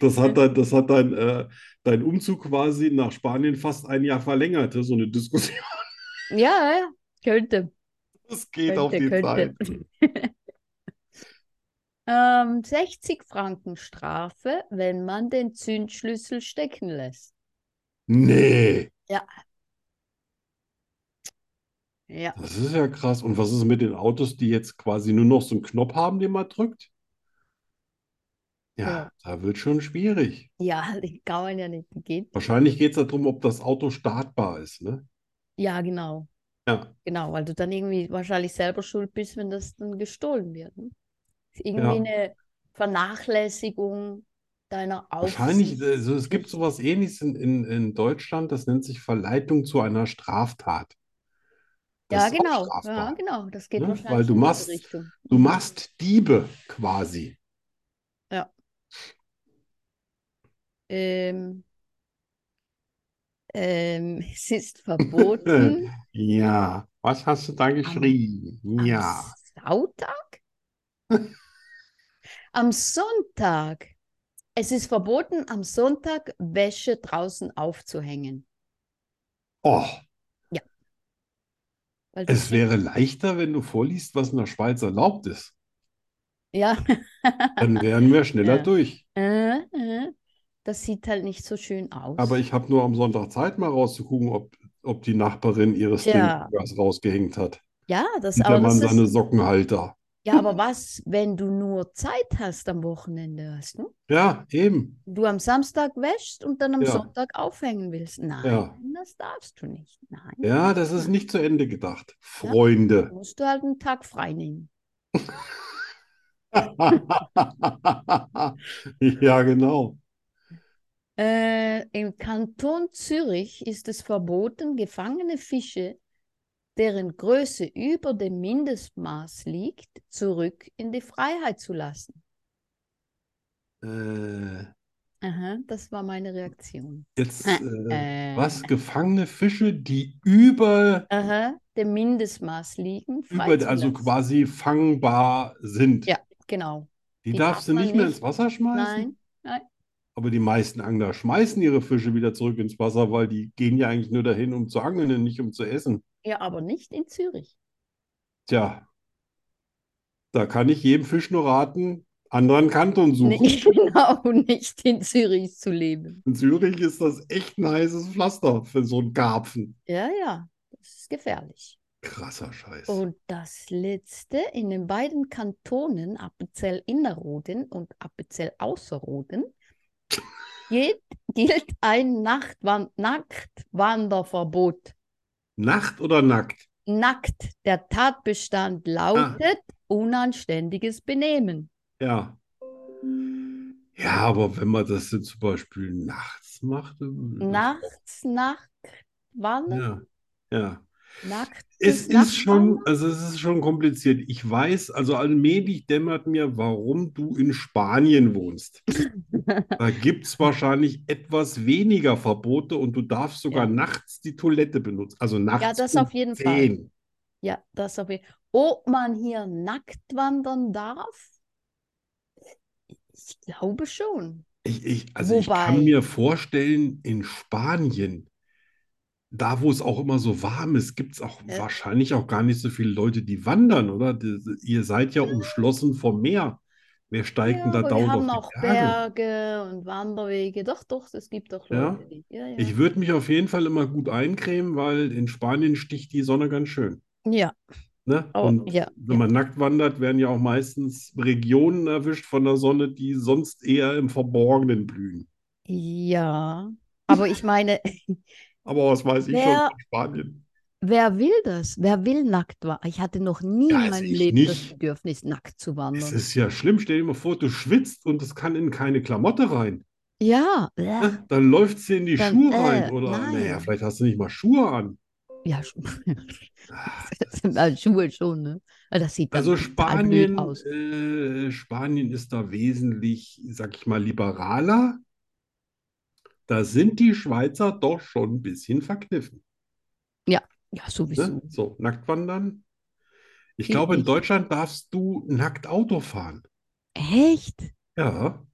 [SPEAKER 2] Das hat dein, das hat dein, äh, dein Umzug quasi nach Spanien fast ein Jahr verlängert, so eine Diskussion.
[SPEAKER 1] ja, ja, könnte,
[SPEAKER 2] Das geht auf
[SPEAKER 1] könnte,
[SPEAKER 2] die
[SPEAKER 1] könnte.
[SPEAKER 2] Zeit.
[SPEAKER 1] Ähm, 60 Franken Strafe, wenn man den Zündschlüssel stecken lässt.
[SPEAKER 2] Nee,
[SPEAKER 1] Ja,
[SPEAKER 2] das ist ja krass. Und was ist mit den Autos, die jetzt quasi nur noch so einen Knopf haben, den man drückt? Ja,
[SPEAKER 1] Ja.
[SPEAKER 2] da wird schon schwierig.
[SPEAKER 1] Ja, die kann man ja nicht. Die geht.
[SPEAKER 2] Wahrscheinlich geht es darum, ob das Auto startbar ist, ne?
[SPEAKER 1] Ja, genau.
[SPEAKER 2] Ja.
[SPEAKER 1] Genau, weil du dann irgendwie wahrscheinlich selber schuld bist, wenn das dann gestohlen wird. Ne? Ist irgendwie
[SPEAKER 2] Ja.
[SPEAKER 1] eine Vernachlässigung deiner
[SPEAKER 2] Wahrscheinlich,
[SPEAKER 1] Aufsicht.
[SPEAKER 2] also es gibt sowas Ähnliches in, in, in Deutschland, das nennt sich Verleitung zu einer Straftat. Das
[SPEAKER 1] Ja,
[SPEAKER 2] ist auch
[SPEAKER 1] genau. Ja,
[SPEAKER 2] strafbar.
[SPEAKER 1] genau. Das geht
[SPEAKER 2] Ne? Weil
[SPEAKER 1] wahrscheinlich
[SPEAKER 2] du
[SPEAKER 1] in diese
[SPEAKER 2] machst-
[SPEAKER 1] Richtung.
[SPEAKER 2] Du machst Diebe quasi.
[SPEAKER 1] Ähm, ähm, es ist verboten
[SPEAKER 2] Ja, was hast du da geschrieben?
[SPEAKER 1] am
[SPEAKER 2] Ja,
[SPEAKER 1] Sautag? Am Sonntag. Es ist verboten, am Sonntag Wäsche draußen aufzuhängen.
[SPEAKER 2] oh,
[SPEAKER 1] Weil du
[SPEAKER 2] es wäre leichter, wenn du vorliest, was in der Schweiz erlaubt ist.
[SPEAKER 1] Ja,
[SPEAKER 2] Dann wären wir schneller
[SPEAKER 1] Ja.
[SPEAKER 2] durch.
[SPEAKER 1] äh, äh, das sieht halt nicht so schön aus.
[SPEAKER 2] Aber ich habe nur am Sonntag Zeit, mal rauszugucken, ob, ob die Nachbarin ihres
[SPEAKER 1] Ja.
[SPEAKER 2] Stinkers rausgehängt hat.
[SPEAKER 1] ja, das,
[SPEAKER 2] Sieht der
[SPEAKER 1] aber das
[SPEAKER 2] Mann
[SPEAKER 1] ist,
[SPEAKER 2] seine Sockenhalter.
[SPEAKER 1] ja, aber was, wenn du nur Zeit hast am Wochenende, hast du?
[SPEAKER 2] Ja, eben.
[SPEAKER 1] Du am Samstag wäschst und dann am
[SPEAKER 2] Ja.
[SPEAKER 1] Sonntag aufhängen willst. Nein,
[SPEAKER 2] Ja.
[SPEAKER 1] das darfst du nicht. Nein,
[SPEAKER 2] Ja, das ist nicht zu Ende gedacht. Freunde.
[SPEAKER 1] musst du halt einen Tag frei nehmen.
[SPEAKER 2] Ja, genau.
[SPEAKER 1] Äh, im Kanton Zürich ist es verboten, gefangene Fische, deren Größe über dem Mindestmaß liegt, zurück in die Freiheit zu lassen.
[SPEAKER 2] Äh,
[SPEAKER 1] Aha, das war meine Reaktion.
[SPEAKER 2] jetzt, äh,
[SPEAKER 1] Äh,
[SPEAKER 2] was? Gefangene Fische, die über,
[SPEAKER 1] Aha, dem Mindestmaß liegen,
[SPEAKER 2] über, also
[SPEAKER 1] freizulassen.
[SPEAKER 2] quasi fangbar sind.
[SPEAKER 1] Ja, genau.
[SPEAKER 2] Die
[SPEAKER 1] die
[SPEAKER 2] darfst
[SPEAKER 1] darf
[SPEAKER 2] du
[SPEAKER 1] man
[SPEAKER 2] nicht mehr
[SPEAKER 1] nicht.
[SPEAKER 2] ins Wasser schmeißen?
[SPEAKER 1] Nein, nein.
[SPEAKER 2] Aber die meisten Angler schmeißen ihre Fische wieder zurück ins Wasser, weil die gehen ja eigentlich nur dahin, um zu angeln und nicht um zu essen.
[SPEAKER 1] Ja, aber nicht in Zürich.
[SPEAKER 2] Tja, da kann ich jedem Fisch nur raten, anderen Kanton suchen.
[SPEAKER 1] Nee, genau, nicht in Zürich zu leben.
[SPEAKER 2] In Zürich ist das echt ein heißes Pflaster für so einen Karpfen.
[SPEAKER 1] Ja, ja, das ist gefährlich.
[SPEAKER 2] Krasser Scheiß.
[SPEAKER 1] Und das letzte, in den beiden Kantonen Appenzell-Innerrhoden und Appenzell-Außerrhoden gilt, gilt ein Nachtwan Nachtwanderverbot.
[SPEAKER 2] Nackt oder nackt?
[SPEAKER 1] Nackt. Der Tatbestand
[SPEAKER 2] Ah.
[SPEAKER 1] lautet unanständiges Benehmen.
[SPEAKER 2] Ja. Ja, aber wenn man das jetzt zum Beispiel nachts macht. dann-
[SPEAKER 1] Nachts, Nachtwandern,
[SPEAKER 2] Ja, ja.
[SPEAKER 1] Nacht.
[SPEAKER 2] Es ist schon, also es ist schon kompliziert. Ich weiß, also allmählich dämmert mir, warum du in Spanien wohnst. Da gibt es wahrscheinlich etwas weniger Verbote und du darfst sogar
[SPEAKER 1] Ja.
[SPEAKER 2] nachts die Toilette benutzen. Also nachts
[SPEAKER 1] Ja, das
[SPEAKER 2] um
[SPEAKER 1] auf jeden Fall.
[SPEAKER 2] 10.
[SPEAKER 1] Ja, das habe ich. Ob man hier nackt wandern darf? Ich glaube schon.
[SPEAKER 2] Ich, ich, also ich kann
[SPEAKER 1] Wobei-
[SPEAKER 2] mir vorstellen, in Spanien, da wo es auch immer so warm ist, gibt es auch
[SPEAKER 1] Ja.
[SPEAKER 2] wahrscheinlich auch gar nicht so viele Leute, die wandern, oder? Die, ihr seid ja umschlossen vom Meer. Wer steigt
[SPEAKER 1] Ja,
[SPEAKER 2] denn da
[SPEAKER 1] aber wir
[SPEAKER 2] dauernd auf
[SPEAKER 1] haben
[SPEAKER 2] die
[SPEAKER 1] auch
[SPEAKER 2] Berge?
[SPEAKER 1] Berge und Wanderwege. Doch, doch, es gibt doch
[SPEAKER 2] Ja?
[SPEAKER 1] Leute, die. Ja, ja.
[SPEAKER 2] Ich würde mich auf jeden Fall immer gut eincremen, weil in Spanien sticht die Sonne ganz schön.
[SPEAKER 1] Ja,
[SPEAKER 2] Ne?
[SPEAKER 1] oh,
[SPEAKER 2] Und
[SPEAKER 1] ja.
[SPEAKER 2] wenn man nackt wandert, werden ja auch meistens Regionen erwischt von der Sonne, die sonst eher im Verborgenen blühen.
[SPEAKER 1] Ja. Aber ich meine,
[SPEAKER 2] Aber was weiß ich schon
[SPEAKER 1] Wer-
[SPEAKER 2] von Spanien?
[SPEAKER 1] wer will das? Wer will nackt wandern? Ich hatte noch nie
[SPEAKER 2] Ja,
[SPEAKER 1] in
[SPEAKER 2] also
[SPEAKER 1] meinem
[SPEAKER 2] ich
[SPEAKER 1] Leben das
[SPEAKER 2] nicht.
[SPEAKER 1] Bedürfnis, nackt zu
[SPEAKER 2] Es
[SPEAKER 1] wandern.
[SPEAKER 2] ist ja schlimm. Stell dir mal vor, du schwitzt und es kann in keine Klamotte rein.
[SPEAKER 1] Ja,
[SPEAKER 2] Ne? Dann läuft es dir in die
[SPEAKER 1] Dann,
[SPEAKER 2] Schuhe
[SPEAKER 1] äh,
[SPEAKER 2] rein. Oder, naja,
[SPEAKER 1] nein.
[SPEAKER 2] vielleicht hast du nicht mal Schuhe an.
[SPEAKER 1] ja, schon. Schuhe schon, ne? Das sieht dann
[SPEAKER 2] Also
[SPEAKER 1] total blöd
[SPEAKER 2] Spanien,
[SPEAKER 1] aus.
[SPEAKER 2] äh, Spanien ist da wesentlich, sag ich mal, liberaler. Da sind die Schweizer doch schon ein bisschen verkniffen.
[SPEAKER 1] Ja, sowieso.
[SPEAKER 2] Ne? So, nackt wandern. Ich
[SPEAKER 1] Geht
[SPEAKER 2] glaube, in
[SPEAKER 1] nicht.
[SPEAKER 2] Deutschland darfst du nackt Auto fahren.
[SPEAKER 1] Echt?
[SPEAKER 2] Ja.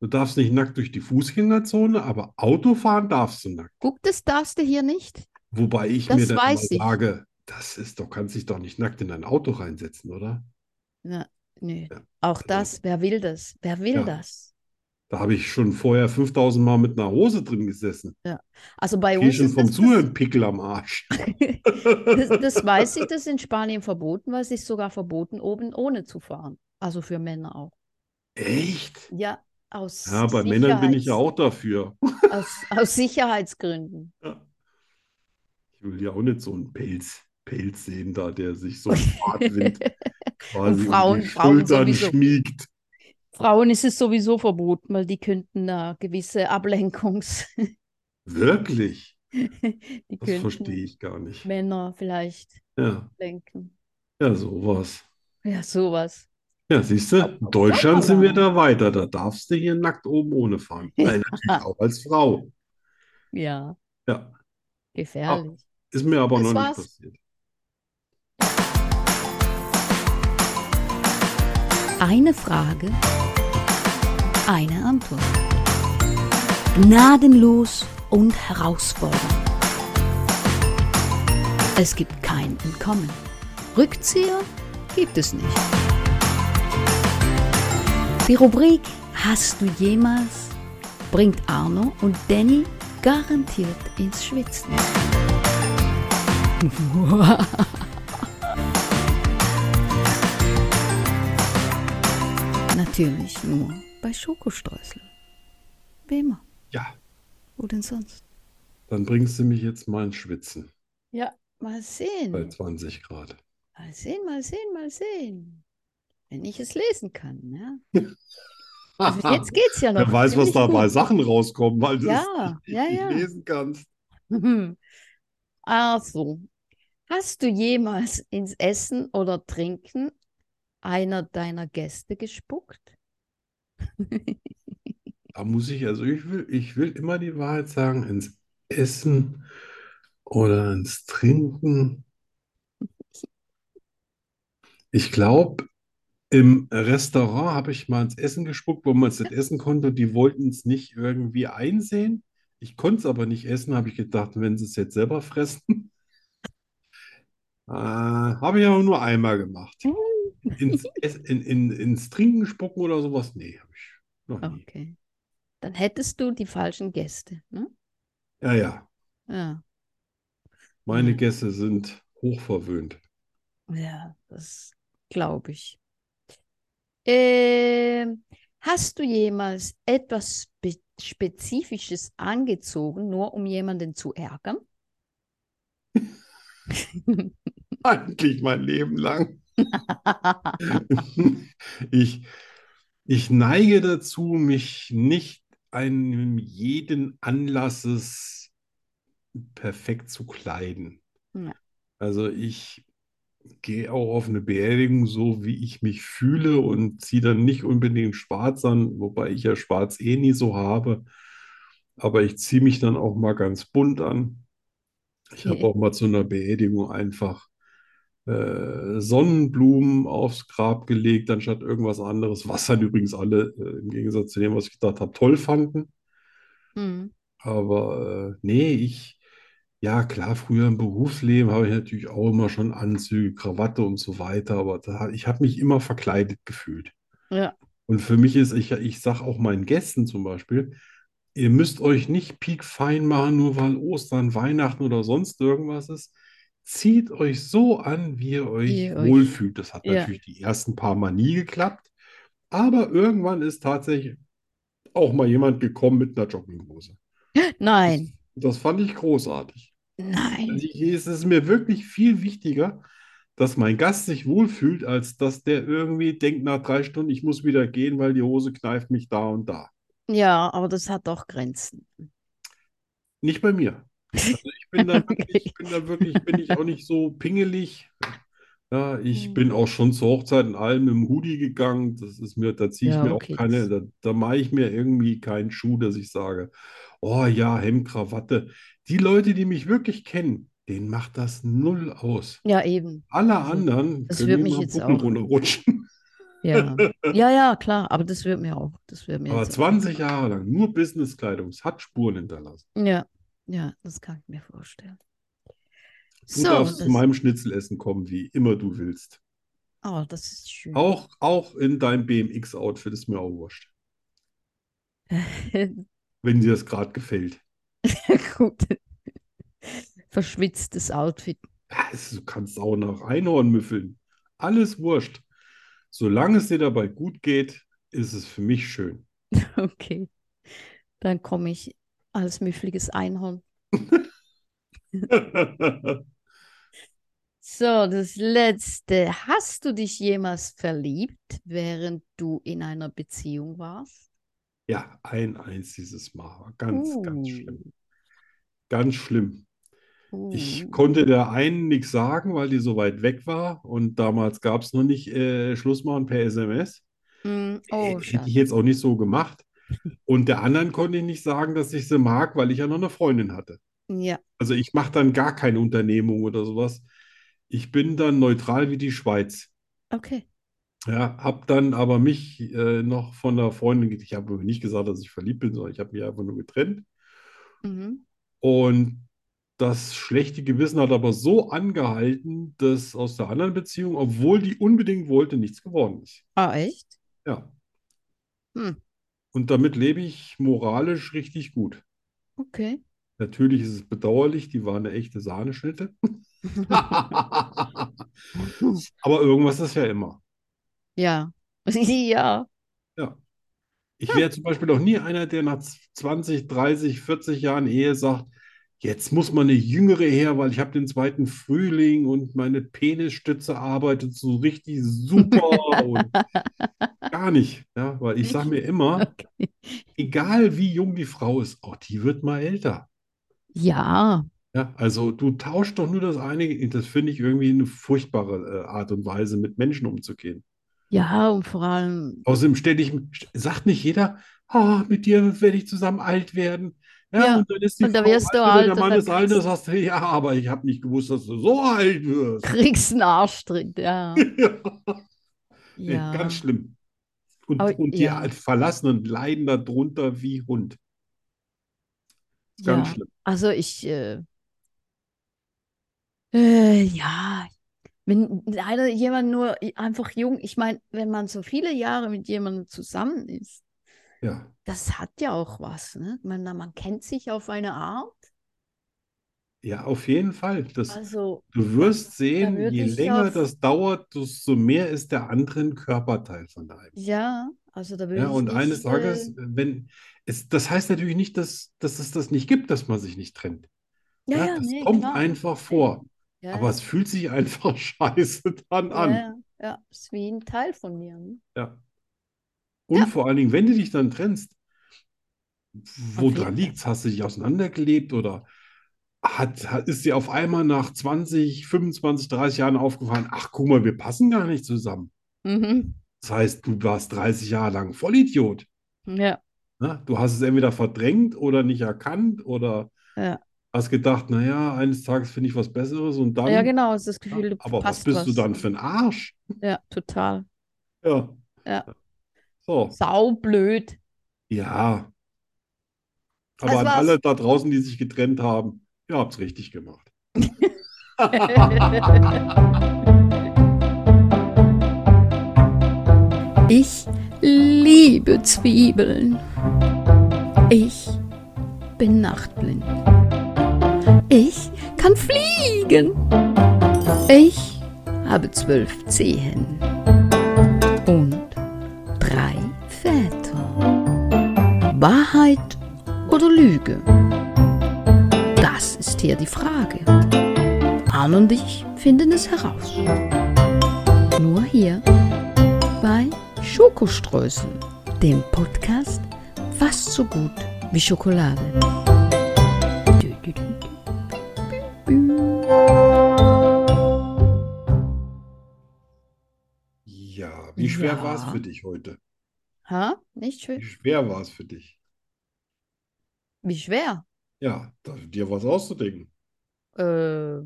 [SPEAKER 2] Du darfst nicht nackt durch die Fußgängerzone, aber Auto fahren darfst du nackt.
[SPEAKER 1] Guck, das darfst du hier nicht.
[SPEAKER 2] Wobei ich
[SPEAKER 1] Das
[SPEAKER 2] mir dann
[SPEAKER 1] weiß
[SPEAKER 2] immer
[SPEAKER 1] ich.
[SPEAKER 2] sage, das ist doch, kannst dich doch nicht nackt in dein Auto reinsetzen, oder?
[SPEAKER 1] Nö.
[SPEAKER 2] Ja.
[SPEAKER 1] Auch
[SPEAKER 2] Ja.
[SPEAKER 1] das, wer will das? Wer will
[SPEAKER 2] Ja.
[SPEAKER 1] das?
[SPEAKER 2] Da habe ich schon vorher 5000 Mal mit einer Hose drin gesessen.
[SPEAKER 1] Also bei
[SPEAKER 2] Krieg
[SPEAKER 1] uns
[SPEAKER 2] schon
[SPEAKER 1] ist
[SPEAKER 2] vom
[SPEAKER 1] das,
[SPEAKER 2] Zuhören Pickel am Arsch.
[SPEAKER 1] das, das, das weiß ich, das ist in Spanien verboten, weil es ist sogar verboten, oben ohne zu fahren. Also für Männer auch.
[SPEAKER 2] Echt?
[SPEAKER 1] Ja, aus,
[SPEAKER 2] Ja, bei Männern bin ich ja
[SPEAKER 1] Sicherheits-
[SPEAKER 2] auch dafür.
[SPEAKER 1] aus, aus Sicherheitsgründen.
[SPEAKER 2] Ich will ja auch nicht so einen Pelz, Pelz sehen da, der sich so im Fahrtwind quasi um die
[SPEAKER 1] Frauen- Frauen
[SPEAKER 2] Schultern
[SPEAKER 1] sowieso.
[SPEAKER 2] schmiegt.
[SPEAKER 1] Frauen ist es sowieso verboten, weil die könnten da gewisse Ablenkungs...
[SPEAKER 2] Wirklich?
[SPEAKER 1] Die
[SPEAKER 2] Das verstehe
[SPEAKER 1] könnten
[SPEAKER 2] ich gar nicht.
[SPEAKER 1] Männer vielleicht
[SPEAKER 2] Ja,
[SPEAKER 1] lenken.
[SPEAKER 2] ja, sowas.
[SPEAKER 1] Ja, sowas.
[SPEAKER 2] Ja, siehst du, in Deutschland sind wir da weiter. Da darfst du hier nackt oben ohne fahren. Nein, natürlich auch als Frau.
[SPEAKER 1] Ja,
[SPEAKER 2] Ja,
[SPEAKER 1] gefährlich.
[SPEAKER 2] ist mir aber
[SPEAKER 1] Das
[SPEAKER 2] noch
[SPEAKER 1] war's.
[SPEAKER 2] nicht passiert.
[SPEAKER 3] Eine Frage, eine Antwort. Gnadenlos und herausfordernd. Es gibt kein Entkommen. Rückzieher gibt es nicht. Die Rubrik Hast du jemals bringt Arno und Danny garantiert ins Schwitzen. Natürlich nur bei Schokostreuseln. Wie immer.
[SPEAKER 2] Ja,
[SPEAKER 3] Wo denn sonst?
[SPEAKER 2] dann bringst du mich jetzt mal ins Schwitzen
[SPEAKER 1] Ja, mal sehen.
[SPEAKER 2] bei 20 Grad.
[SPEAKER 1] Mal sehen, mal sehen, mal sehen. Wenn ich es lesen kann, ne? Also jetzt geht's ja noch.
[SPEAKER 2] Wer weiß, was
[SPEAKER 1] ziemlich
[SPEAKER 2] da bei
[SPEAKER 1] gut.
[SPEAKER 2] Sachen rauskommen, weil du es
[SPEAKER 1] Ja,
[SPEAKER 2] nicht
[SPEAKER 1] ja,
[SPEAKER 2] nicht
[SPEAKER 1] ja.
[SPEAKER 2] lesen kannst.
[SPEAKER 1] Hm. Also, hast du jemals ins Essen oder Trinken einer deiner Gäste gespuckt?
[SPEAKER 2] Da muss ich, also ich will, ich will immer die Wahrheit sagen, ins Essen oder ins Trinken. Ich glaube, im Restaurant habe ich mal ins Essen gespuckt, wo man es nicht essen konnte und die wollten es nicht irgendwie einsehen. Ich konnte es aber nicht essen, habe ich gedacht, wenn sie es jetzt selber fressen. Äh, habe ich aber nur einmal gemacht. Ins, Ess- in, in, ins Trinken spucken oder sowas? Nee, habe ich noch nie.
[SPEAKER 1] Okay. Dann hättest du die falschen Gäste, ne?
[SPEAKER 2] Ja, ja.
[SPEAKER 1] Ja,
[SPEAKER 2] Meine
[SPEAKER 1] Ja.
[SPEAKER 2] Gäste sind hochverwöhnt.
[SPEAKER 1] ja, das glaube ich. Ähm, hast du jemals etwas spe Spezifisches angezogen, nur um jemanden zu ärgern?
[SPEAKER 2] Eigentlich mein Leben lang. Ich, ich neige dazu, mich nicht einem jeden Anlasses perfekt zu kleiden.
[SPEAKER 1] Ja.
[SPEAKER 2] Also ich gehe auch auf eine Beerdigung so, wie ich mich fühle und ziehe dann nicht unbedingt schwarz an, wobei ich ja schwarz eh nie so habe. Aber ich ziehe mich dann auch mal ganz bunt an. Ich habe
[SPEAKER 1] Okay.
[SPEAKER 2] auch mal zu einer Beerdigung einfach äh, Sonnenblumen aufs Grab gelegt, anstatt irgendwas anderes, was dann übrigens alle äh, im Gegensatz zu dem, was ich gedacht habe, toll fanden.
[SPEAKER 1] Hm.
[SPEAKER 2] Aber äh, nee, ich, ja klar, früher im Berufsleben habe ich natürlich auch immer schon Anzüge, Krawatte und so weiter, aber da, ich habe mich immer verkleidet gefühlt.
[SPEAKER 1] Ja.
[SPEAKER 2] Und für mich ist, ich, ich sage auch meinen Gästen zum Beispiel, ihr müsst euch nicht piekfein machen, nur weil Ostern, Weihnachten oder sonst irgendwas ist. Zieht euch so an, wie ihr euch
[SPEAKER 1] Wie ihr euch-
[SPEAKER 2] wohlfühlt. Das hat
[SPEAKER 1] Ja.
[SPEAKER 2] natürlich die ersten paar Mal nie geklappt, aber irgendwann ist tatsächlich auch mal jemand gekommen mit einer Jogginghose.
[SPEAKER 1] Nein,
[SPEAKER 2] Das fand ich großartig.
[SPEAKER 1] nein.
[SPEAKER 2] Also ich, es ist mir wirklich viel wichtiger, dass mein Gast sich wohlfühlt, als dass der irgendwie denkt nach drei Stunden, ich muss wieder gehen, weil die Hose kneift mich da und da.
[SPEAKER 1] Ja, aber das hat doch Grenzen.
[SPEAKER 2] Nicht bei mir. Also ich bin da wirklich, ich bin da wirklich, bin ich auch nicht so pingelig. Ja, ich
[SPEAKER 1] Hm.
[SPEAKER 2] bin auch schon zur Hochzeit in allem im Hoodie gegangen. Das ist mir, da ziehe ich
[SPEAKER 1] Ja,
[SPEAKER 2] mir auch
[SPEAKER 1] okay,
[SPEAKER 2] keine,
[SPEAKER 1] das-
[SPEAKER 2] da, da mache ich mir irgendwie keinen Schuh, dass ich sage, oh ja, Hemd, Krawatte. Die Leute, die mich wirklich kennen, denen macht das null aus.
[SPEAKER 1] Ja, eben.
[SPEAKER 2] Alle
[SPEAKER 1] Also,
[SPEAKER 2] anderen
[SPEAKER 1] das
[SPEAKER 2] können
[SPEAKER 1] würde
[SPEAKER 2] mir
[SPEAKER 1] mich
[SPEAKER 2] mal
[SPEAKER 1] jetzt
[SPEAKER 2] Buckel
[SPEAKER 1] auch-
[SPEAKER 2] runterrutschen.
[SPEAKER 1] Ja. Ja, ja, klar, aber das wird mir auch, das wird mir
[SPEAKER 2] Aber
[SPEAKER 1] jetzt auch.
[SPEAKER 2] 20 Jahre lang nur Businesskleidung, es hat Spuren hinterlassen.
[SPEAKER 1] Ja, ja, das kann ich mir vorstellen.
[SPEAKER 2] Du
[SPEAKER 1] So,
[SPEAKER 2] darfst zu
[SPEAKER 1] das,
[SPEAKER 2] meinem Schnitzelessen kommen, wie immer du willst.
[SPEAKER 1] oh, das ist schön.
[SPEAKER 2] Auch, auch in deinem BMX-Outfit ist mir auch wurscht, wenn dir das gerade gefällt.
[SPEAKER 1] Gut. Verschwitztes Outfit.
[SPEAKER 2] Was? Du kannst auch nach Einhorn müffeln. Alles wurscht. Solange es dir dabei gut geht, ist es für mich schön.
[SPEAKER 1] Okay. Dann komme ich als müffliges Einhorn. So, das letzte. Hast du dich jemals verliebt, während du in einer Beziehung warst?
[SPEAKER 2] ja, ein einziges Mal. War Ganz, ganz
[SPEAKER 1] Uh,
[SPEAKER 2] schlimm. Ganz schlimm. Ich
[SPEAKER 1] uh.
[SPEAKER 2] konnte der einen nichts sagen, weil die so weit weg war und damals gab es noch nicht äh, Schluss machen per SMS.
[SPEAKER 1] Mm,
[SPEAKER 2] H-
[SPEAKER 1] oh,
[SPEAKER 2] Hätte ich
[SPEAKER 1] schade.
[SPEAKER 2] jetzt auch nicht so gemacht. Und der anderen konnte ich nicht sagen, dass ich sie mag, weil ich ja noch eine Freundin hatte.
[SPEAKER 1] Ja,
[SPEAKER 2] Also ich mache dann gar keine Unternehmung oder sowas. Ich bin dann neutral wie die Schweiz.
[SPEAKER 1] okay.
[SPEAKER 2] Ja, hab dann aber mich äh, noch von der Freundin, ich habe nicht gesagt, dass ich verliebt bin, sondern ich habe mich einfach nur getrennt.
[SPEAKER 1] Mhm.
[SPEAKER 2] Und das schlechte Gewissen hat aber so angehalten, dass aus der anderen Beziehung, obwohl die unbedingt wollte, nichts geworden ist.
[SPEAKER 1] Ah, echt?
[SPEAKER 2] Ja.
[SPEAKER 1] Hm,
[SPEAKER 2] Und damit lebe ich moralisch richtig gut.
[SPEAKER 1] okay.
[SPEAKER 2] Natürlich ist es bedauerlich, die war eine echte Sahneschnitte. Aber irgendwas ist ja immer.
[SPEAKER 1] Ja. Ja.
[SPEAKER 2] Ja. Ich wäre zum Beispiel auch nie einer, der nach 20, 30, 40 Jahren Ehe sagt, jetzt muss mal eine Jüngere her, weil ich habe den zweiten Frühling und meine Penisstütze arbeitet so richtig super und gar nicht. Ja, weil ich sage mir immer,
[SPEAKER 1] Okay.
[SPEAKER 2] egal wie jung die Frau ist, auch die wird mal älter.
[SPEAKER 1] Ja.
[SPEAKER 2] Ja, also du tauschst doch nur das eine, das finde ich irgendwie eine furchtbare äh, Art und Weise, mit Menschen umzugehen.
[SPEAKER 1] Ja, und vor allem,
[SPEAKER 2] Außerdem stelle ich, sagt nicht jeder, ah, mit dir werde ich zusammen alt werden. Ja,
[SPEAKER 1] Ja,
[SPEAKER 2] und dann ist die
[SPEAKER 1] und da
[SPEAKER 2] Frau
[SPEAKER 1] wirst du
[SPEAKER 2] alt oder
[SPEAKER 1] alt
[SPEAKER 2] der
[SPEAKER 1] und
[SPEAKER 2] Mann
[SPEAKER 1] dann
[SPEAKER 2] ist alt, das
[SPEAKER 1] kriegst-
[SPEAKER 2] sagst du, ja, aber ich habe nicht gewusst, dass du so alt wirst.
[SPEAKER 1] kriegst einen Arschtritt. Ja.
[SPEAKER 2] Ja, nee,
[SPEAKER 1] Ja.
[SPEAKER 2] ganz schlimm. Und,
[SPEAKER 1] Aber,
[SPEAKER 2] und die
[SPEAKER 1] ja.
[SPEAKER 2] Verlassenen leiden darunter wie Hund. Ist ganz
[SPEAKER 1] Ja.
[SPEAKER 2] schlimm.
[SPEAKER 1] Also ich, äh, äh, ja. Wenn leider jemand nur i- einfach jung, ich meine, wenn man so viele Jahre mit jemandem zusammen ist,
[SPEAKER 2] Ja,
[SPEAKER 1] das hat ja auch was, ne? Man, na, man kennt sich auf eine Art.
[SPEAKER 2] ja, auf jeden Fall. Das,
[SPEAKER 1] Also,
[SPEAKER 2] du wirst
[SPEAKER 1] da
[SPEAKER 2] sehen,
[SPEAKER 1] würde
[SPEAKER 2] je
[SPEAKER 1] ich
[SPEAKER 2] länger
[SPEAKER 1] auf,
[SPEAKER 2] das dauert, desto mehr ist der andere ein Körperteil von deinem.
[SPEAKER 1] ja, also da
[SPEAKER 2] Ja,
[SPEAKER 1] würde ich
[SPEAKER 2] und eines
[SPEAKER 1] nicht, äh,
[SPEAKER 2] Tages, wenn es, das heißt natürlich nicht, dass, dass es das nicht gibt, dass man sich nicht trennt.
[SPEAKER 1] äh, ja,
[SPEAKER 2] Ja,
[SPEAKER 1] ja,
[SPEAKER 2] das
[SPEAKER 1] nee,
[SPEAKER 2] kommt
[SPEAKER 1] klar.
[SPEAKER 2] einfach
[SPEAKER 1] Eben.
[SPEAKER 2] vor.
[SPEAKER 1] Ja,
[SPEAKER 2] Aber
[SPEAKER 1] ja,
[SPEAKER 2] es fühlt sich einfach scheiße dann
[SPEAKER 1] ja,
[SPEAKER 2] an.
[SPEAKER 1] ja, ja, ist wie ein Teil von mir. Ne?
[SPEAKER 2] Ja.
[SPEAKER 1] Ja.
[SPEAKER 2] Und vor allen Dingen, wenn du dich dann trennst,
[SPEAKER 1] Auf
[SPEAKER 2] woran
[SPEAKER 1] jeden Fall.
[SPEAKER 2] liegt's? Hast du dich auseinandergelebt oder hat, hat, ist dir auf einmal nach 20, 25, 30 Jahren aufgefallen, ach guck mal, wir passen gar nicht zusammen.
[SPEAKER 1] Mhm.
[SPEAKER 2] Das heißt, du warst 30 Jahre lang Vollidiot.
[SPEAKER 1] Ja,
[SPEAKER 2] Ne? Du hast es entweder verdrängt oder nicht erkannt oder
[SPEAKER 1] ja.
[SPEAKER 2] hast gedacht, naja, eines Tages finde ich was Besseres und
[SPEAKER 1] Ja,
[SPEAKER 2] dann,
[SPEAKER 1] genau, ist das
[SPEAKER 2] ja,
[SPEAKER 1] Gefühl, du
[SPEAKER 2] aber was
[SPEAKER 1] passt
[SPEAKER 2] bist du
[SPEAKER 1] was.
[SPEAKER 2] dann für ein Arsch?
[SPEAKER 1] Ja, total.
[SPEAKER 2] Ja,
[SPEAKER 1] Ja,
[SPEAKER 2] so.
[SPEAKER 1] saublöd.
[SPEAKER 2] Ja, aber
[SPEAKER 1] Das
[SPEAKER 2] an
[SPEAKER 1] Also war's.
[SPEAKER 2] alle da draußen, die sich getrennt haben, ihr habt's richtig gemacht.
[SPEAKER 3] Ich liebe Zwiebeln. Ich bin nachtblind. Ich kann fliegen. Ich habe zwölf Zehen und drei Väter. Wahrheit oder Lüge? Das ist hier die Frage. Arne und ich finden es heraus. Nur hier bei Schokoströßen, dem Podcast fast so gut wie Schokolade.
[SPEAKER 2] Ja, wie schwer war's
[SPEAKER 1] Ja.
[SPEAKER 2] für dich heute?
[SPEAKER 1] Ha? Nicht
[SPEAKER 2] Wie
[SPEAKER 1] schön.
[SPEAKER 2] schwer war's für dich?
[SPEAKER 1] Wie schwer?
[SPEAKER 2] Ja, da, dir was auszudenken.
[SPEAKER 1] Äh,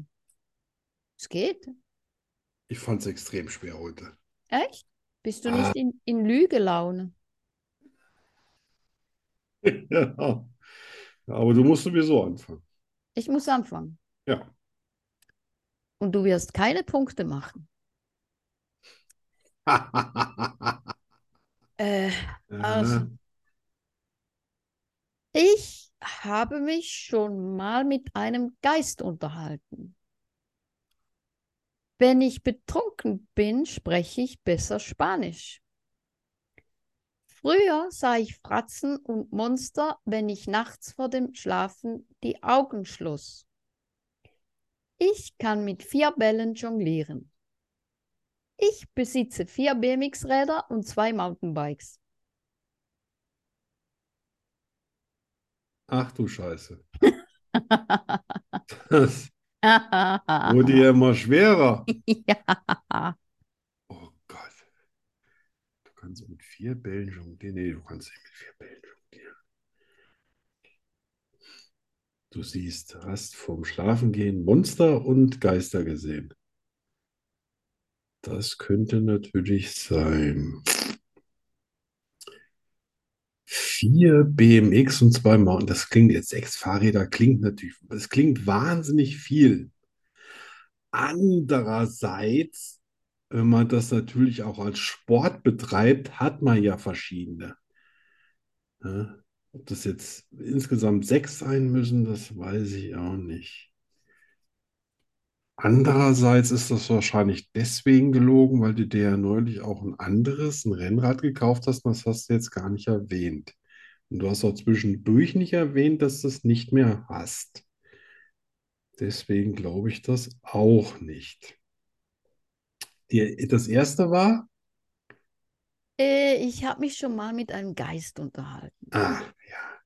[SPEAKER 1] es geht.
[SPEAKER 2] Ich fand's extrem schwer heute.
[SPEAKER 1] Echt? Bist du
[SPEAKER 2] Ah.
[SPEAKER 1] nicht in, in Lügelaune?
[SPEAKER 2] Ja, Genau. aber du musst sowieso anfangen.
[SPEAKER 1] Ich muss anfangen.
[SPEAKER 2] Ja,
[SPEAKER 1] Und du wirst keine Punkte machen. Äh, also,
[SPEAKER 2] Ne?
[SPEAKER 1] ich habe mich schon mal mit einem Geist unterhalten. Wenn ich betrunken bin, spreche ich besser Spanisch. Früher sah ich Fratzen und Monster, wenn ich nachts vor dem Schlafen die Augen schloss. Ich kann mit vier Bällen jonglieren. Ich besitze vier BMX-Räder und zwei Mountainbikes.
[SPEAKER 2] Ach du Scheiße. Das wurde ja immer schwerer.
[SPEAKER 1] ja.
[SPEAKER 2] Oh Gott. Du kannst mit vier Bällen jonglieren. Nee, du kannst nicht mit vier Bällen jonglieren. Du siehst, hast vorm Schlafengehen Monster und Geister gesehen. Das könnte natürlich sein. Vier BMX und zwei Mountain. Das klingt jetzt sechs Fahrräder, klingt natürlich, es klingt wahnsinnig viel. Andererseits, wenn Äh, man das natürlich auch als Sport betreibt, hat man ja verschiedene. Ja, ob das jetzt insgesamt sechs sein müssen, das weiß ich auch nicht. Andererseits ist das wahrscheinlich deswegen gelogen, weil du dir ja neulich auch ein anderes, ein Rennrad gekauft hast und das hast du jetzt gar nicht erwähnt. Und du hast auch zwischendurch nicht erwähnt, dass du es nicht mehr hast. Deswegen glaube ich das auch nicht. Die, das erste war?
[SPEAKER 1] Äh, ich habe mich schon mal mit einem Geist unterhalten.
[SPEAKER 2] Ah, ja.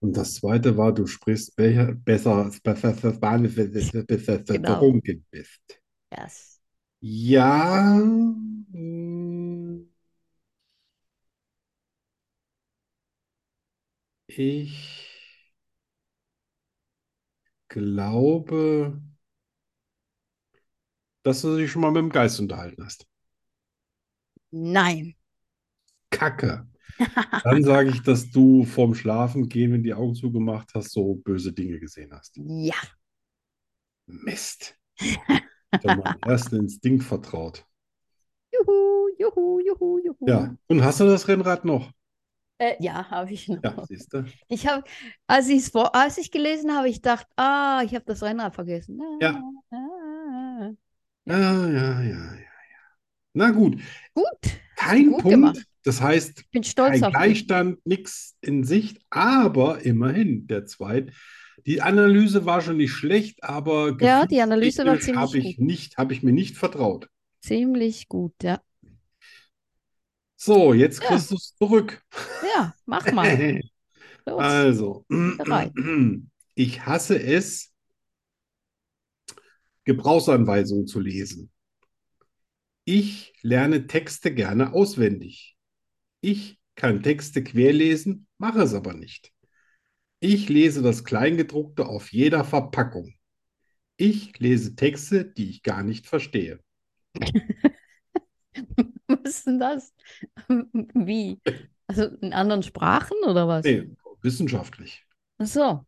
[SPEAKER 2] Und das zweite war, du sprichst be besser, besser, besser, besser, besser, besser
[SPEAKER 1] Genau.
[SPEAKER 2] betrunken bist.
[SPEAKER 1] Yes.
[SPEAKER 2] Ja. mm, Ich glaube, dass du dich schon mal mit dem Geist unterhalten hast.
[SPEAKER 1] Nein.
[SPEAKER 2] Kacke. Dann sage ich, dass du vorm Schlafen gehen, wenn die Augen zugemacht hast, so böse Dinge gesehen hast.
[SPEAKER 1] Ja.
[SPEAKER 2] Mist. Ich habe meinem ersten Instinkt vertraut.
[SPEAKER 1] Juhu, juhu, juhu, juhu.
[SPEAKER 2] Ja. Und hast du das Rennrad noch?
[SPEAKER 1] Äh, ja, habe ich noch.
[SPEAKER 2] Ja, siehst du?
[SPEAKER 1] Ich habe, als ich es als ich gelesen habe, ich dachte, ah, ich habe das Rennrad vergessen.
[SPEAKER 2] Ja.
[SPEAKER 1] Ah.
[SPEAKER 2] Ja, ja, ja, ja, ja. Na gut,
[SPEAKER 1] Gut,
[SPEAKER 2] kein
[SPEAKER 1] gut
[SPEAKER 2] Punkt.
[SPEAKER 1] gemacht.
[SPEAKER 2] Das heißt,
[SPEAKER 1] ich bin stolz
[SPEAKER 2] kein
[SPEAKER 1] auf mich.
[SPEAKER 2] Gleichstand, nichts in Sicht, aber immerhin der zweite. Die Analyse war schon nicht schlecht, aber
[SPEAKER 1] Ja, die Analyse war
[SPEAKER 2] gefühlstechnisch habe
[SPEAKER 1] ziemlich
[SPEAKER 2] äh, ich nicht, habe ich mir nicht vertraut.
[SPEAKER 1] Ziemlich gut, ja.
[SPEAKER 2] So, jetzt
[SPEAKER 1] Ja.
[SPEAKER 2] kriegst du es zurück.
[SPEAKER 1] Ja, mach
[SPEAKER 2] Äh,
[SPEAKER 1] mal. Los.
[SPEAKER 2] Also,
[SPEAKER 1] Bereit.
[SPEAKER 2] ich hasse es, Gebrauchsanweisungen zu lesen. Ich lerne Texte gerne auswendig. Ich kann Texte querlesen, mache es aber nicht. Ich lese das Kleingedruckte auf jeder Verpackung. Ich lese Texte, die ich gar nicht verstehe.
[SPEAKER 1] Was ist denn das? Wie? Also in anderen Sprachen oder was?
[SPEAKER 2] Nee, wissenschaftlich
[SPEAKER 1] Ach so.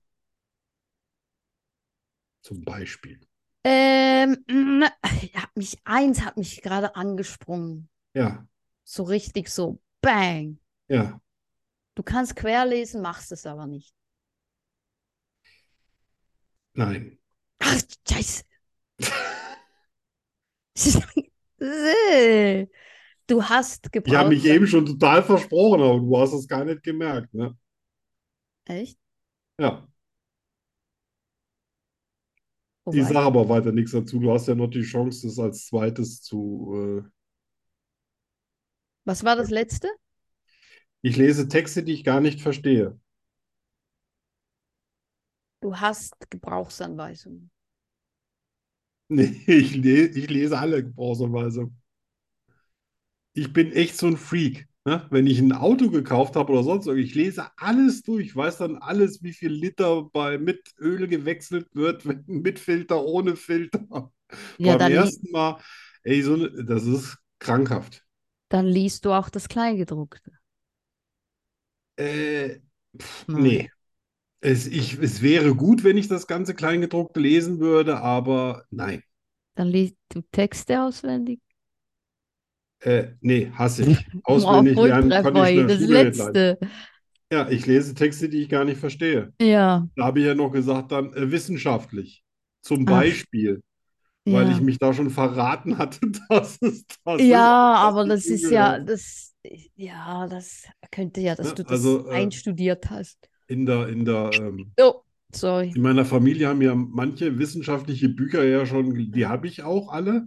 [SPEAKER 2] zum Beispiel.
[SPEAKER 1] Ähm, hat mich, eins hat mich gerade angesprungen.
[SPEAKER 2] Ja,
[SPEAKER 1] So richtig so. Bang.
[SPEAKER 2] ja.
[SPEAKER 1] Du kannst querlesen, machst es aber nicht.
[SPEAKER 2] Nein.
[SPEAKER 1] Ach, scheiße. Äh, Du hast
[SPEAKER 2] Ich habe mich
[SPEAKER 1] Gebrauchsan-
[SPEAKER 2] eben schon total versprochen, aber du hast es gar nicht gemerkt, ne?
[SPEAKER 1] Echt?
[SPEAKER 2] Ja,
[SPEAKER 1] Oh,
[SPEAKER 2] ich
[SPEAKER 1] wei.
[SPEAKER 2] sage aber weiter nichts dazu. Du hast ja noch die Chance, das als zweites zu. Äh
[SPEAKER 1] Was war das letzte?
[SPEAKER 2] ich lese Texte, die ich gar nicht verstehe.
[SPEAKER 1] Du hast Gebrauchsanweisungen.
[SPEAKER 2] Nee, ich, le ich lese alle Gebrauchsanweisungen. Ich bin echt so ein Freak. Ne? Wenn ich ein Auto gekauft habe oder sonst irgendwas, ich lese alles durch, weiß dann alles, wie viel Liter bei mit Öl gewechselt wird, wenn- mit Filter, ohne Filter.
[SPEAKER 1] Ja,
[SPEAKER 2] Beim
[SPEAKER 1] dann, li
[SPEAKER 2] ersten Mal, ey, so, ne- das ist krankhaft.
[SPEAKER 1] dann liest du auch das Kleingedruckte.
[SPEAKER 2] Äh, pf,
[SPEAKER 1] Nein.
[SPEAKER 2] nee. Es, ich, es wäre gut, wenn ich das ganze Kleingedruckte lesen würde, aber nein.
[SPEAKER 1] Dann liest du Texte auswendig.
[SPEAKER 2] Äh, nee, hasse ich. Auswendig
[SPEAKER 1] Wow,
[SPEAKER 2] lernen kann ich in
[SPEAKER 1] Volltreffer,
[SPEAKER 2] der
[SPEAKER 1] das
[SPEAKER 2] Schule nicht leiden.
[SPEAKER 1] letzte.
[SPEAKER 2] Ja, ich lese Texte, die ich gar nicht verstehe.
[SPEAKER 1] Ja.
[SPEAKER 2] Da habe ich ja noch gesagt, dann äh, wissenschaftlich. Zum
[SPEAKER 1] Ach.
[SPEAKER 2] Beispiel. weil
[SPEAKER 1] ja.
[SPEAKER 2] ich mich da schon verraten hatte, dass es Also das ist,
[SPEAKER 1] Ja,
[SPEAKER 2] was
[SPEAKER 1] aber das
[SPEAKER 2] dazu
[SPEAKER 1] ist ja,
[SPEAKER 2] gehört.
[SPEAKER 1] das, ja, das könnte ja, dass
[SPEAKER 2] Ne,
[SPEAKER 1] du das
[SPEAKER 2] also, äh,
[SPEAKER 1] einstudiert hast.
[SPEAKER 2] In der, in der, ähm,
[SPEAKER 1] Oh, sorry.
[SPEAKER 2] in meiner Familie haben ja manche wissenschaftliche Bücher ja schon, die habe ich auch alle.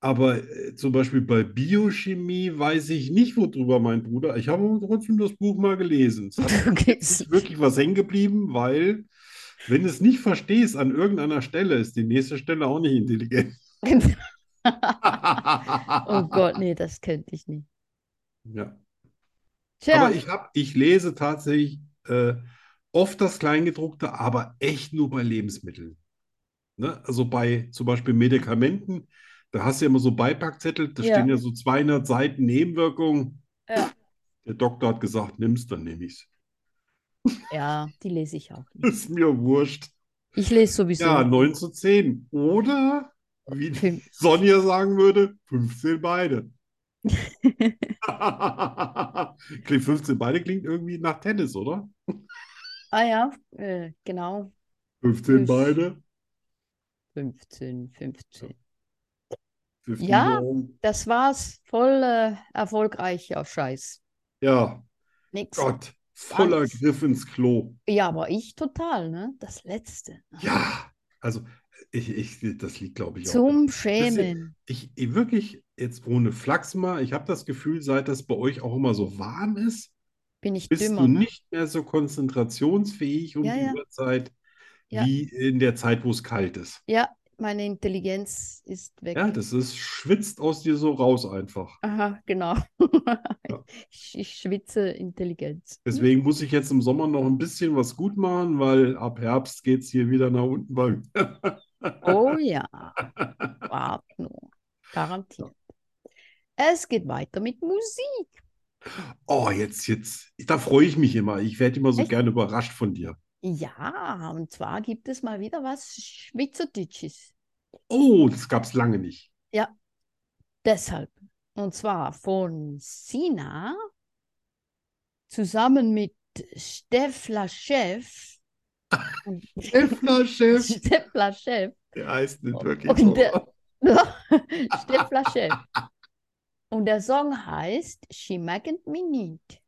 [SPEAKER 2] Aber äh, zum Beispiel bei Biochemie weiß ich nicht, worüber mein Bruder. Ich habe aber trotzdem das Buch mal gelesen. Es hat
[SPEAKER 1] Okay.
[SPEAKER 2] ist wirklich was hängen geblieben, weil, wenn du es nicht verstehst an irgendeiner Stelle, ist die nächste Stelle auch nicht intelligent.
[SPEAKER 1] Genau. Oh Gott, nee, das könnte ich nicht.
[SPEAKER 2] Ja.
[SPEAKER 1] Tja,
[SPEAKER 2] Aber ich hab, ich lese tatsächlich äh, oft das Kleingedruckte, aber echt nur bei Lebensmitteln. Ne? Also bei zum Beispiel Medikamenten, da hast du ja immer so Beipackzettel, da
[SPEAKER 1] Ja.
[SPEAKER 2] stehen ja so 200 Seiten Nebenwirkungen.
[SPEAKER 1] Ja.
[SPEAKER 2] Der Doktor hat gesagt, nimm's, dann nehm ich's.
[SPEAKER 1] ja, die lese ich auch nicht.
[SPEAKER 2] Ist mir wurscht.
[SPEAKER 1] Ich lese sowieso.
[SPEAKER 2] Ja, 9 zu 10. Oder, wie die
[SPEAKER 1] Film.
[SPEAKER 2] Sonja sagen würde, 15 beide. Klingt 15 beide klingt irgendwie nach Tennis, oder?
[SPEAKER 1] Ah ja, äh, genau.
[SPEAKER 2] 15
[SPEAKER 1] Ich-
[SPEAKER 2] beide.
[SPEAKER 1] 15, 15.
[SPEAKER 2] 15
[SPEAKER 1] Ja.
[SPEAKER 2] Euro.
[SPEAKER 1] Das war's. Voll äh, erfolgreicher Scheiß.
[SPEAKER 2] Ja,
[SPEAKER 1] Nix.
[SPEAKER 2] Gott, voller
[SPEAKER 1] Alles.
[SPEAKER 2] Griff ins Klo.
[SPEAKER 1] Ja, aber ich total, ne? Das Letzte.
[SPEAKER 2] Ja, also ich, ich, das liegt, glaube ich, auch.
[SPEAKER 1] Zum Schämen.
[SPEAKER 2] Ich, ich wirklich jetzt ohne Flachs mal, ich habe das Gefühl, seit das bei euch auch immer so warm ist,
[SPEAKER 1] Bin ich
[SPEAKER 2] bist
[SPEAKER 1] dümmer,
[SPEAKER 2] du
[SPEAKER 1] ne?
[SPEAKER 2] nicht mehr so konzentrationsfähig und
[SPEAKER 1] Ja, ja.
[SPEAKER 2] Uhrzeit
[SPEAKER 1] Ja.
[SPEAKER 2] wie in der Zeit, wo es kalt ist.
[SPEAKER 1] Ja, meine Intelligenz ist weg.
[SPEAKER 2] Ja, das ist, schwitzt aus dir so raus einfach.
[SPEAKER 1] Aha, genau.
[SPEAKER 2] Ja.
[SPEAKER 1] Ich, ich schwitze Intelligenz. Hm?
[SPEAKER 2] Deswegen muss ich jetzt im Sommer noch ein bisschen was gut machen, weil ab Herbst geht es hier wieder nach unten bei mir.
[SPEAKER 1] Oh ja, wart nur. Garantiert. Es geht weiter mit Musik.
[SPEAKER 2] Oh, jetzt, jetzt, da freue ich mich immer. Ich werde immer so
[SPEAKER 1] Echt?
[SPEAKER 2] gerne überrascht von dir.
[SPEAKER 1] Ja, und zwar gibt es mal wieder was Schweizerdeutsches.
[SPEAKER 2] Oh, das gab es lange nicht.
[SPEAKER 1] Deshalb. Und zwar von Sina zusammen mit Steff Laschef. Und-
[SPEAKER 2] Chef, na, Chef.
[SPEAKER 1] Steff Laschef.
[SPEAKER 2] Der heißt nicht wirklich
[SPEAKER 1] Und
[SPEAKER 2] so.
[SPEAKER 1] Oh, der- Steff Laschef. Und der Song heißt She Magnet Me Need.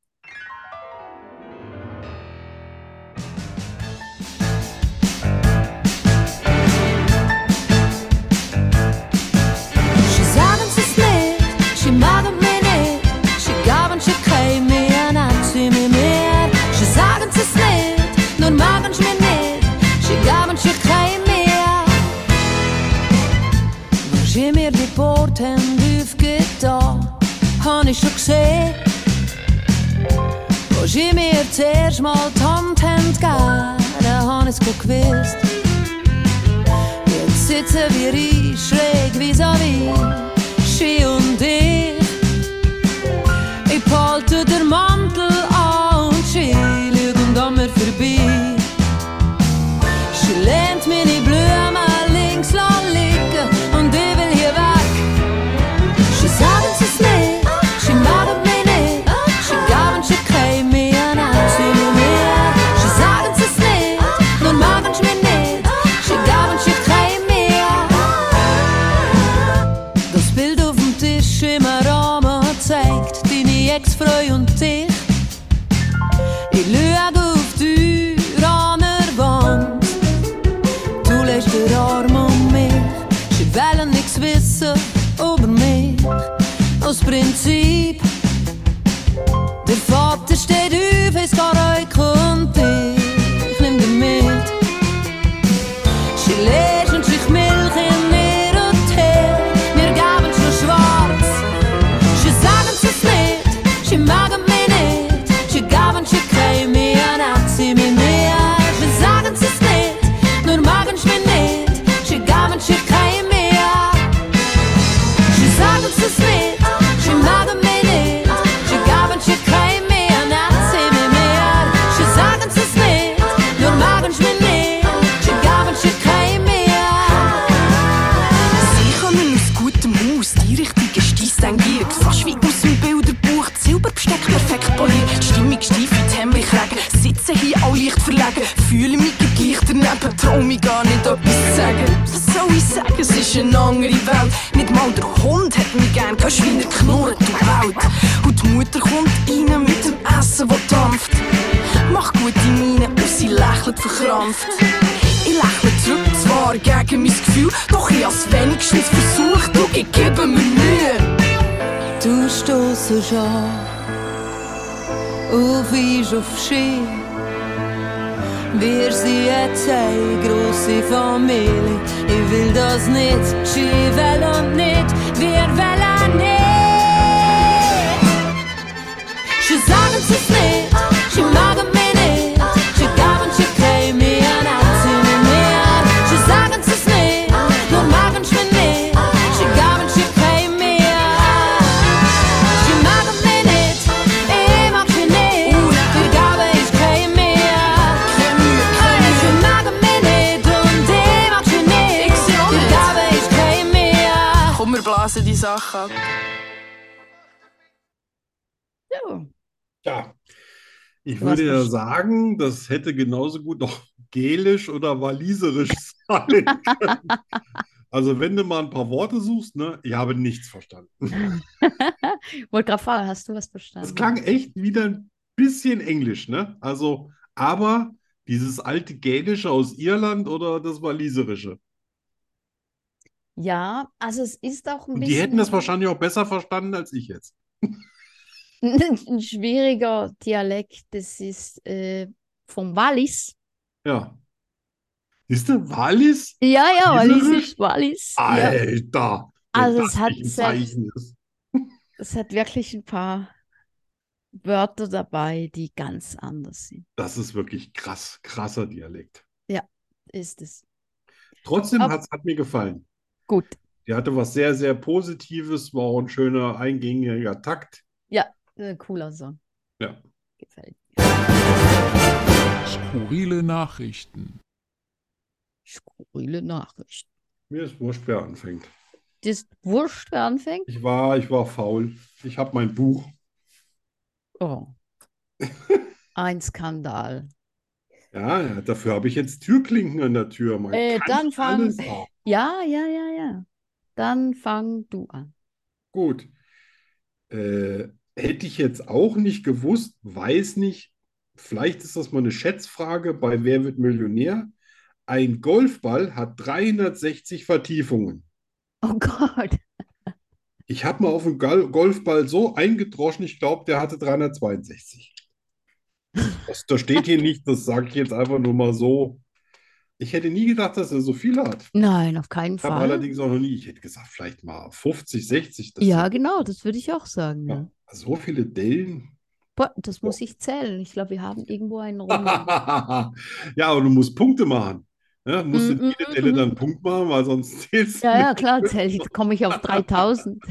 [SPEAKER 4] She sagen es nicht, she mag mich nicht, she gaben she kein mir an zu mir mehr. Sie sagen es nicht, nun magen sie mir nicht, sie gaben sie kein mehr. Wenn sie mir die Porten aufgetan, han ich schon gesehen, wo sie mir zuerst mal Tanten gab, da han ich's gut gewusst. Jetzt sitzen wir ich schräg vis-à-vis, sie und ich. Ich palte den Mantel an und sie schauen an mir vorbei. Sie lehnt meine Blume links lang liegen und ich will hier weg. Sie sagen es nicht, sie machen mich nicht, sie gaben sie kein mehr an zu mir. Sie sagen es nicht, nun machen sie mich nicht, sie gaben sie kein mehr. Das Bild auf dem Tisch im Rahmen zeigt deine Ex-Frau und dich. Ich schaue auf die Uhr an der Wand. Du lässt den Arm um mich. Sie wollen nichts wissen über mich. Aus Prinzip. Der Vater steht auf, es gar euch und ich nimm dich mit. Sie lesen sich Milch in ihren Tee. Wir geben schon schwarz. Sie sagen es nicht, sie magen mich nicht. Sie gaben sie kein mehr, hat sie mir mehr. Sie sagen es nicht, nur magen sie mir nicht. Sie gaben sie kein mehr. Sie sagen es nicht, sie magen mich nicht. Sie gaben sie kein mehr, hat sie mir mehr. Sie sagen es nicht, nur magen sie mir nicht. Sie gaben sie kein mehr.
[SPEAKER 5] Sie kommen aus gutem Haus, die richtige Steiss tangiert. Fast wie aus dem Bilderbuch, das Silberbesteck perfekt poliert. Die Stimmung steif in hemmlich Regen, sitze hier auch leicht verlegen. Fühle mich gleich daneben, trau mich gar nicht etwas zu sagen. Was soll wie sagen, es ist eine andere Welt. Nicht mal der Hund hat mich gern, hörst wie er knurrt, du Welt. Und die Mutter kommt rein mit dem Essen, das dampft. Mach gute Miene und sie lächelt verkrampft. Ich lächle zurück, zwar gegen mein Gefühl, doch ich hab's wenigstens versucht, du ich gebe mir Mühe.
[SPEAKER 4] Du stoßest an und wies auf Ski. Wir sind jetzt eine grosse Familie. Ich will das nicht, Ski will und nicht, wir wollen nicht. Sie sagen es nicht, sie mögen mich nicht. Sie geben, sie kriegen mich an, sie nicht mehr. Sie sagen es nicht, nur mögen sie mich nicht. Sie geben, sie kriegen mich an. Sie mögen mich nicht, ich mag sie nicht. Sie geben, ich kriege mich an.
[SPEAKER 5] Keine Mühe, keine Mühe.
[SPEAKER 4] Sie mögen mich nicht und ich mag sie nicht.
[SPEAKER 5] Ik zie
[SPEAKER 4] Sie
[SPEAKER 5] ook niet.
[SPEAKER 4] geben, ich kriege mich an.
[SPEAKER 5] Komm, wir blasen die Sache ab.
[SPEAKER 1] Ja.
[SPEAKER 2] Ja. Ich
[SPEAKER 1] Du hast
[SPEAKER 2] würde ja
[SPEAKER 1] recht.
[SPEAKER 2] sagen, das hätte genauso gut noch gälisch oder waliserisch sein können. Also wenn du mal ein paar Worte suchst, ne, ich habe nichts verstanden.
[SPEAKER 1] Wollte gerade fragen, hast du was verstanden?
[SPEAKER 2] Das klang echt wieder ein bisschen Englisch, ne? Also, aber dieses alte Gälische aus Irland oder das Waliserische.
[SPEAKER 1] Ja, also es ist auch ein
[SPEAKER 2] Und
[SPEAKER 1] bisschen
[SPEAKER 2] die hätten das wahrscheinlich auch besser verstanden als ich jetzt.
[SPEAKER 1] ein schwieriger Dialekt. Das ist äh, vom Wallis.
[SPEAKER 2] Ja. Siehst du, Wallis?
[SPEAKER 1] Ja, ja, Wallis
[SPEAKER 2] Walliserisch?
[SPEAKER 1] ist Wallis. Ja,
[SPEAKER 2] Alter! wenn
[SPEAKER 1] Also
[SPEAKER 2] das
[SPEAKER 1] es hat
[SPEAKER 2] nicht ein
[SPEAKER 1] selbst-
[SPEAKER 2] Zeichen ist.
[SPEAKER 1] es hat wirklich ein paar Wörter dabei, die ganz anders sind.
[SPEAKER 2] Das ist wirklich krass, krasser Dialekt.
[SPEAKER 1] Ist es
[SPEAKER 2] Trotzdem
[SPEAKER 1] Ab-
[SPEAKER 2] hat's, hat mir gefallen.
[SPEAKER 1] gut?
[SPEAKER 2] Die hatte was sehr, sehr Positives, war auch ein schöner, eingängiger Takt.
[SPEAKER 1] Äh, cooler Song.
[SPEAKER 2] Ja.
[SPEAKER 1] Gefällt.
[SPEAKER 6] Skurrile Nachrichten.
[SPEAKER 1] Skurrile Nachricht.
[SPEAKER 2] Mir ist wurscht, wer anfängt.
[SPEAKER 1] Das ist wurscht, wer anfängt.
[SPEAKER 2] Ich war, ich war faul. Ich habe mein Buch.
[SPEAKER 1] Oh. Ein Skandal.
[SPEAKER 2] Ja, ja, dafür habe ich jetzt Türklinken an der Tür. Man
[SPEAKER 1] Äh,
[SPEAKER 2] kann
[SPEAKER 1] dann
[SPEAKER 2] nicht
[SPEAKER 1] fang-
[SPEAKER 2] alles haben.
[SPEAKER 1] Ja, ja, ja, ja. Dann fang du an.
[SPEAKER 2] Gut. Äh, hätte ich jetzt auch nicht gewusst, weiß nicht. Vielleicht ist das mal eine Schätzfrage bei Wer wird Millionär? Ein Golfball hat 360 Vertiefungen.
[SPEAKER 1] Oh Gott.
[SPEAKER 2] Ich habe mal auf einen Gal- Golfball so eingedroschen, ich glaube, der hatte 362. Das, das steht hier nicht, das sage ich jetzt einfach nur mal so. Ich hätte nie gedacht, dass er so viele hat.
[SPEAKER 1] Nein, auf keinen
[SPEAKER 2] Ich habe
[SPEAKER 1] Fall.
[SPEAKER 2] allerdings auch noch nie, ich hätte gesagt, vielleicht mal 50, 60. Das
[SPEAKER 1] Ja,
[SPEAKER 2] sind
[SPEAKER 1] genau, das würde ich auch sagen.
[SPEAKER 2] ja
[SPEAKER 1] Ja.
[SPEAKER 2] so viele Dellen.
[SPEAKER 1] Boah, das muss ich zählen. Ich glaube, wir haben irgendwo einen Roman.
[SPEAKER 2] Ja, aber du musst Punkte machen. Ne? Musst du
[SPEAKER 1] Mm,
[SPEAKER 2] jede
[SPEAKER 1] mm,
[SPEAKER 2] Delle
[SPEAKER 1] mm.
[SPEAKER 2] dann einen Punkt machen, weil sonst zählst du
[SPEAKER 1] Ja,
[SPEAKER 2] nicht.
[SPEAKER 1] ja, klar, zähle ich, komme ich auf 3000.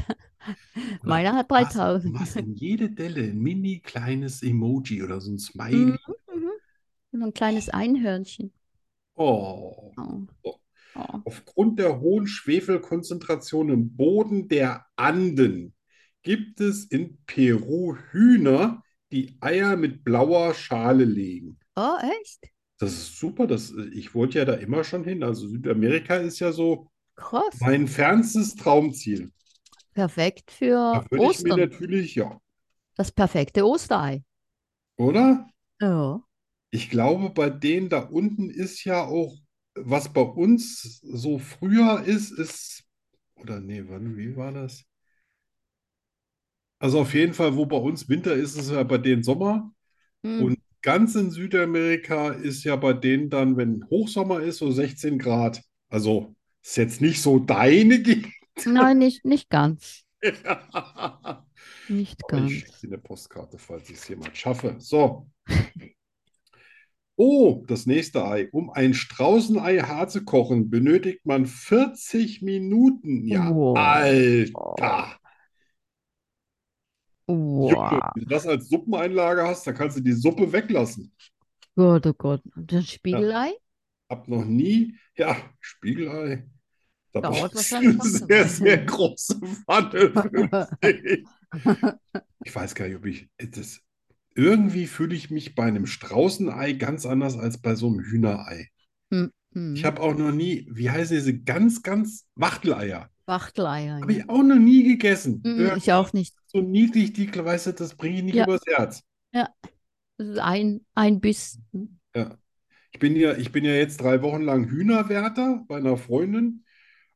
[SPEAKER 1] Meiner hat
[SPEAKER 2] Was-
[SPEAKER 1] 3000.
[SPEAKER 2] Was in jede Delle ein mini kleines Emoji oder so ein
[SPEAKER 1] Mm.
[SPEAKER 2] Smiley.
[SPEAKER 1] Nur ein kleines Einhörnchen.
[SPEAKER 2] Oh.
[SPEAKER 1] Oh. Oh.
[SPEAKER 2] Aufgrund der hohen Schwefelkonzentration im Boden der Anden gibt es in Peru Hühner, die Eier mit blauer Schale legen.
[SPEAKER 1] Oh, echt?
[SPEAKER 2] Das ist super, das, äh, ich wollte ja da immer schon hin. Also Südamerika ist ja so
[SPEAKER 1] Krass.
[SPEAKER 2] mein fernstes Traumziel.
[SPEAKER 1] Perfekt für
[SPEAKER 2] Da würde ich mir
[SPEAKER 1] Äh, Ostern.
[SPEAKER 2] natürlich, ja,
[SPEAKER 1] Das perfekte Osterei.
[SPEAKER 2] oder?
[SPEAKER 1] Ja.
[SPEAKER 2] Ich glaube, bei denen da unten ist ja auch, was bei uns so früher ist, ist, oder nee, wann, wie war das? Also auf jeden Fall, wo bei uns Winter ist, ist ja bei denen Sommer.
[SPEAKER 1] Hm.
[SPEAKER 2] Und ganz in Südamerika ist ja bei denen dann, wenn Hochsommer ist, so 16 Grad. Also ist jetzt nicht so deine Gegend.
[SPEAKER 1] Nein, nicht, nicht ganz.
[SPEAKER 2] Aber
[SPEAKER 1] Nicht
[SPEAKER 2] Ich
[SPEAKER 1] ganz.
[SPEAKER 2] schicke dir eine Postkarte, falls ich es jemand schaffe. So. Oh, das nächste Ei. Um ein Straußenei hart zu kochen, benötigt man 40 Minuten. Ja,
[SPEAKER 1] Wow.
[SPEAKER 2] Alter. Junge,
[SPEAKER 1] Wow.
[SPEAKER 2] wenn du das als Suppeneinlage hast, dann kannst du die Suppe weglassen.
[SPEAKER 1] Gott, oh Gott. Und das Spiegelei?
[SPEAKER 2] Hab noch nie, ja, Spiegelei. Da
[SPEAKER 1] Dauert
[SPEAKER 2] brauchst du
[SPEAKER 1] wahrscheinlich
[SPEAKER 2] eine
[SPEAKER 1] trotzdem.
[SPEAKER 2] sehr, sehr große Pfanne für sich. Ich weiß gar nicht, ob ich das. Irgendwie fühle ich mich bei einem Straußenei ganz anders als bei so einem Hühnerei.
[SPEAKER 1] Hm. Mhm.
[SPEAKER 2] Ich habe auch noch nie, wie heißen diese ganz, ganz Wachteleier?
[SPEAKER 1] Wachteleier.
[SPEAKER 2] Habe
[SPEAKER 1] ja.
[SPEAKER 2] ich auch noch nie gegessen.
[SPEAKER 1] Mhm,
[SPEAKER 2] Irgendwie
[SPEAKER 1] ich auch nicht.
[SPEAKER 2] So niedlich, die weißt du, das bringe ich nicht
[SPEAKER 1] Ja.
[SPEAKER 2] übers Herz.
[SPEAKER 1] Das ist Ein, ein Biss. Mhm.
[SPEAKER 2] Ich bin ja, ich bin ja jetzt drei Wochen lang Hühnerwärter bei einer Freundin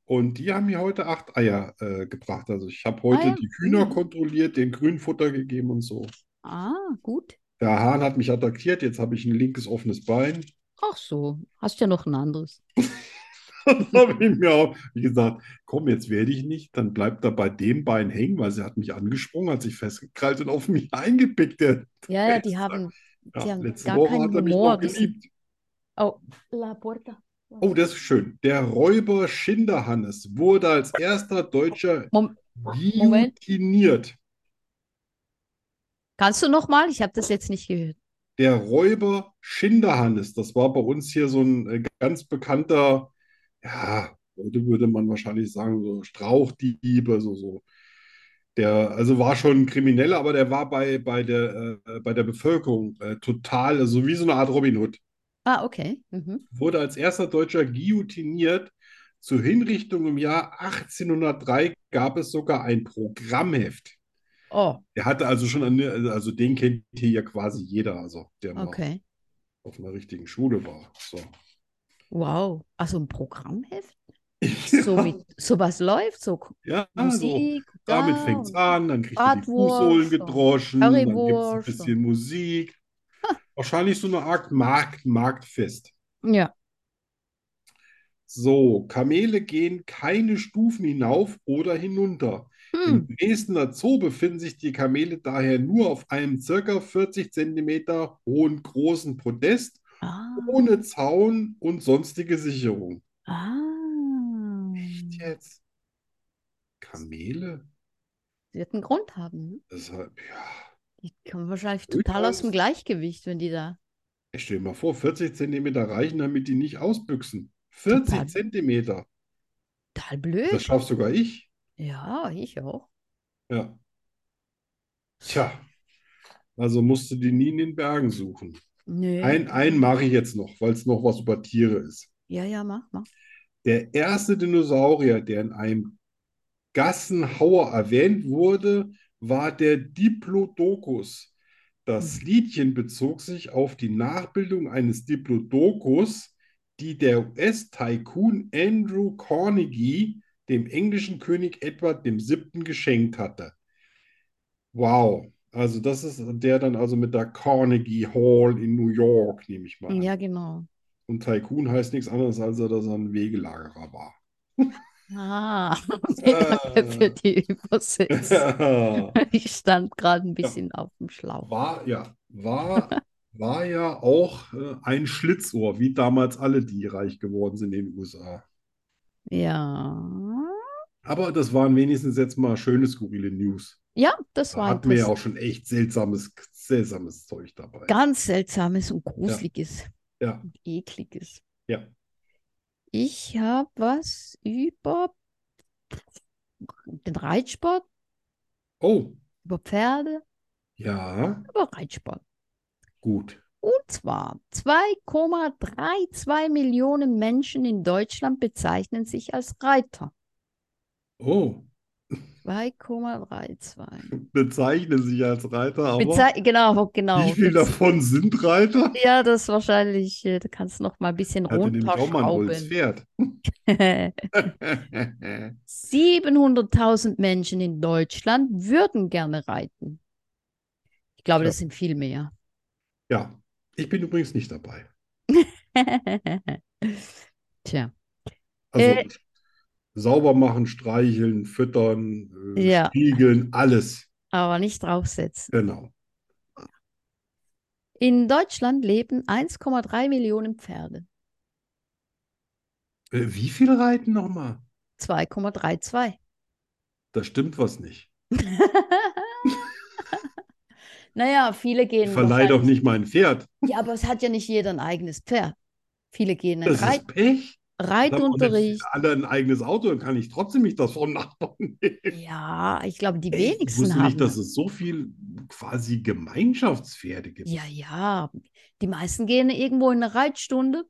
[SPEAKER 2] und die haben mir heute acht Eier äh, gebracht. Also ich habe heute
[SPEAKER 1] Ah ja,
[SPEAKER 2] die Hühner
[SPEAKER 1] cool.
[SPEAKER 2] kontrolliert, den Grünfutter gegeben und so.
[SPEAKER 1] Ah, gut.
[SPEAKER 2] Der Hahn hat mich attackiert, jetzt habe ich ein linkes offenes Bein.
[SPEAKER 1] Ach so, hast ja noch ein anderes.
[SPEAKER 2] Dann habe ich mir auch, wie gesagt, komm, jetzt werde ich nicht. Dann bleibt er bei dem Bein hängen, weil sie hat mich angesprungen, hat sich festgekrallt und auf mich eingepickt. Der,
[SPEAKER 1] Ja, ja, die haben,
[SPEAKER 2] ja,
[SPEAKER 1] die haben
[SPEAKER 2] letzte
[SPEAKER 1] gar
[SPEAKER 2] Woche
[SPEAKER 1] keinen
[SPEAKER 2] hat er mich
[SPEAKER 1] Humor.
[SPEAKER 2] noch
[SPEAKER 1] die sind-
[SPEAKER 2] geliebt.
[SPEAKER 1] Oh, La Puerta.
[SPEAKER 2] Oh, das ist schön. Der Räuber Schinderhannes wurde als erster Deutscher
[SPEAKER 1] Mom Moment.
[SPEAKER 2] guillotiniert.
[SPEAKER 1] Kannst du noch mal? Ich habe das jetzt nicht gehört.
[SPEAKER 2] Der Räuber Schinderhannes, das war bei uns hier so ein äh, ganz bekannter, ja, heute würde man wahrscheinlich sagen, so Strauchdiebe, so, so. Der, also war schon ein Krimineller, aber der war bei, bei der, äh, bei der Bevölkerung äh, total, also wie so eine Art Robin Hood.
[SPEAKER 1] Ah, okay. Mhm.
[SPEAKER 2] Wurde als erster Deutscher guillotiniert. Zur Hinrichtung im Jahr 1803 gab es sogar ein Programmheft.
[SPEAKER 1] Oh,
[SPEAKER 2] Der hatte also schon eine, also den kennt hier ja quasi jeder, also der mal
[SPEAKER 1] okay.
[SPEAKER 2] auf einer richtigen Schule war. So.
[SPEAKER 1] Wow. Also ein Programmheft? So mit sowas läuft, so K-
[SPEAKER 2] ja, so.
[SPEAKER 1] Musik,
[SPEAKER 2] Damit
[SPEAKER 1] da
[SPEAKER 2] fängt's
[SPEAKER 1] und-
[SPEAKER 2] an, dann kriegt er die
[SPEAKER 1] Bratwurst
[SPEAKER 2] Fußsohlen
[SPEAKER 1] und
[SPEAKER 2] gedroschen, dann gibt's ein
[SPEAKER 1] Currywurst
[SPEAKER 2] bisschen Musik. Wahrscheinlich so eine Art Markt, Marktfest.
[SPEAKER 1] Ja.
[SPEAKER 2] So, Kamele gehen keine Stufen hinauf oder hinunter.
[SPEAKER 1] Hm.
[SPEAKER 2] Im Dresdner Zoo befinden sich die Kamele daher nur auf einem circa 40 Zentimeter hohen großen Podest,
[SPEAKER 1] Ah.
[SPEAKER 2] ohne Zaun und sonstige Sicherung.
[SPEAKER 1] Ah.
[SPEAKER 2] Echt jetzt? Kamele?
[SPEAKER 1] Wird einen Grund haben. Ne?
[SPEAKER 2] Deshalb, ja.
[SPEAKER 1] Die kommen wahrscheinlich
[SPEAKER 2] Durchaus.
[SPEAKER 1] total aus dem Gleichgewicht, wenn die da.
[SPEAKER 2] Ich stell dir mal vor, 40 Zentimeter reichen, damit die nicht ausbüchsen. 40
[SPEAKER 1] Total.
[SPEAKER 2] Zentimeter.
[SPEAKER 1] Total
[SPEAKER 2] Das
[SPEAKER 1] blöd.
[SPEAKER 2] schaffst sogar ich.
[SPEAKER 1] Ja, ich auch.
[SPEAKER 2] Ja. Tja. Also musst du die nie in den Bergen suchen.
[SPEAKER 1] Nö.
[SPEAKER 2] Ein, einen mache ich jetzt noch, weil es noch was über Tiere ist.
[SPEAKER 1] Ja, ja, mach, mach.
[SPEAKER 2] Der erste Dinosaurier, der in einem Gassenhauer erwähnt wurde, war der Diplodocus. Das Liedchen bezog sich auf die Nachbildung eines Diplodocus, die der US-Tycoon Andrew Carnegie dem englischen König Edward VII. geschenkt hatte. Wow, also das ist der dann also mit der Carnegie Hall in New York, nehme ich mal an.
[SPEAKER 1] Ja, genau.
[SPEAKER 2] Und Tycoon heißt nichts anderes, als er, dass er ein Wegelagerer war.
[SPEAKER 1] Ah, danke für
[SPEAKER 2] Ah.
[SPEAKER 1] die Übersetzung. Ich stand gerade ein bisschen auf dem Schlauch.
[SPEAKER 2] War ja, war, war ja auch äh, ein Schlitzohr, wie damals alle, die reich geworden sind in den USA.
[SPEAKER 1] Ja.
[SPEAKER 2] Aber das waren wenigstens jetzt mal schöne, skurrile News.
[SPEAKER 1] Ja, das
[SPEAKER 2] Da
[SPEAKER 1] war
[SPEAKER 2] hatten wir ja
[SPEAKER 1] interessant.
[SPEAKER 2] auch schon echt seltsames, seltsames Zeug dabei.
[SPEAKER 1] Ganz seltsames und gruseliges
[SPEAKER 2] Ja,
[SPEAKER 1] und ekliges.
[SPEAKER 2] ja.
[SPEAKER 1] Ich habe was über den Reitsport,
[SPEAKER 2] Oh,
[SPEAKER 1] über Pferde,
[SPEAKER 2] ja,
[SPEAKER 1] über Reitsport.
[SPEAKER 2] gut.
[SPEAKER 1] Und zwar 2,32 Millionen Menschen in Deutschland bezeichnen sich als Reiter.
[SPEAKER 2] Oh,
[SPEAKER 1] 2,32.
[SPEAKER 2] bezeichnen sich als Reiter, aber
[SPEAKER 1] Bezei genau, genau.
[SPEAKER 2] wie viel
[SPEAKER 1] Bez-
[SPEAKER 2] davon sind Reiter?
[SPEAKER 1] Ja, das ist wahrscheinlich, äh, da kannst du noch mal ein bisschen
[SPEAKER 2] Hatte nämlich auch mal ein Holzpferd.
[SPEAKER 1] runterschrauben. 700.000 Menschen in Deutschland würden gerne reiten. Ich glaube,
[SPEAKER 2] Ja.
[SPEAKER 1] das sind viel mehr.
[SPEAKER 2] Ja, ich bin übrigens nicht dabei.
[SPEAKER 1] Tja,
[SPEAKER 2] Also
[SPEAKER 1] Äh.
[SPEAKER 2] sauber machen, streicheln, füttern, äh,
[SPEAKER 1] Ja.
[SPEAKER 2] spiegeln, alles.
[SPEAKER 1] aber nicht draufsetzen.
[SPEAKER 2] Genau.
[SPEAKER 1] In Deutschland leben 1,3 Millionen Pferde.
[SPEAKER 2] Äh, wie viel reiten nochmal?
[SPEAKER 1] 2,32.
[SPEAKER 2] Da stimmt was nicht.
[SPEAKER 1] Naja, viele
[SPEAKER 2] Ich
[SPEAKER 1] gehen.
[SPEAKER 2] verleihe doch nicht mein Pferd.
[SPEAKER 1] wahrscheinlich- Ja, aber es hat ja nicht jeder ein eigenes Pferd. Viele gehen in
[SPEAKER 2] Das
[SPEAKER 1] Reit
[SPEAKER 2] ist Pech. Dann haben auch nicht
[SPEAKER 1] Reitunterricht.
[SPEAKER 2] alle ein eigenes Auto, dann kann ich trotzdem nicht das vom Nachbarn nehmen.
[SPEAKER 1] Ja, ich glaube, die
[SPEAKER 2] Echt? Ich
[SPEAKER 1] wenigsten
[SPEAKER 2] wusste
[SPEAKER 1] haben.
[SPEAKER 2] nicht, dass es so viel quasi Gemeinschaftspferde gibt.
[SPEAKER 1] Ja, ja. Die meisten gehen irgendwo in eine Reitstunde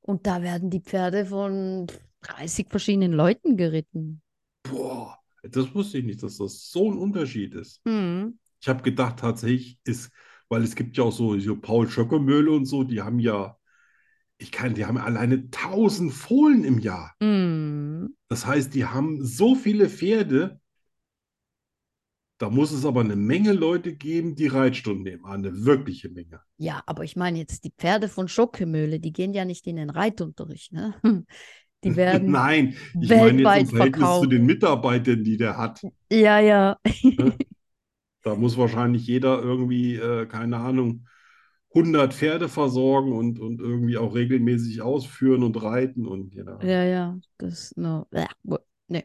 [SPEAKER 1] Und da werden die Pferde von 30 verschiedenen Leuten geritten.
[SPEAKER 2] Boah, das wusste ich nicht, dass das so ein Unterschied ist.
[SPEAKER 1] Mhm.
[SPEAKER 2] Ich habe gedacht, tatsächlich ist, weil es gibt ja auch so, so Paul Schöckermöhle und so, die haben ja, ich kann, die haben alleine 1000 Fohlen im Jahr.
[SPEAKER 1] Mhm.
[SPEAKER 2] Das heißt, die haben so viele Pferde. Da muss es aber eine Menge Leute geben, die Reitstunden nehmen. Ah, Eine wirkliche Menge.
[SPEAKER 1] Ja, aber ich meine jetzt die Pferde von Schockemühle, die gehen ja nicht in den Reitunterricht, ne? Die werden.
[SPEAKER 2] Nein, ich meine jetzt im
[SPEAKER 1] Mhm. weltweit
[SPEAKER 2] Verhältnis zu
[SPEAKER 1] verkauft.
[SPEAKER 2] den Mitarbeitern, die der hat.
[SPEAKER 1] Ja, ja.
[SPEAKER 2] Da muss wahrscheinlich jeder irgendwie, äh, keine Ahnung, 100 Pferde versorgen und, und irgendwie auch regelmäßig ausführen und reiten und genau.
[SPEAKER 1] Ja, ja, das no, ja, gut, nee.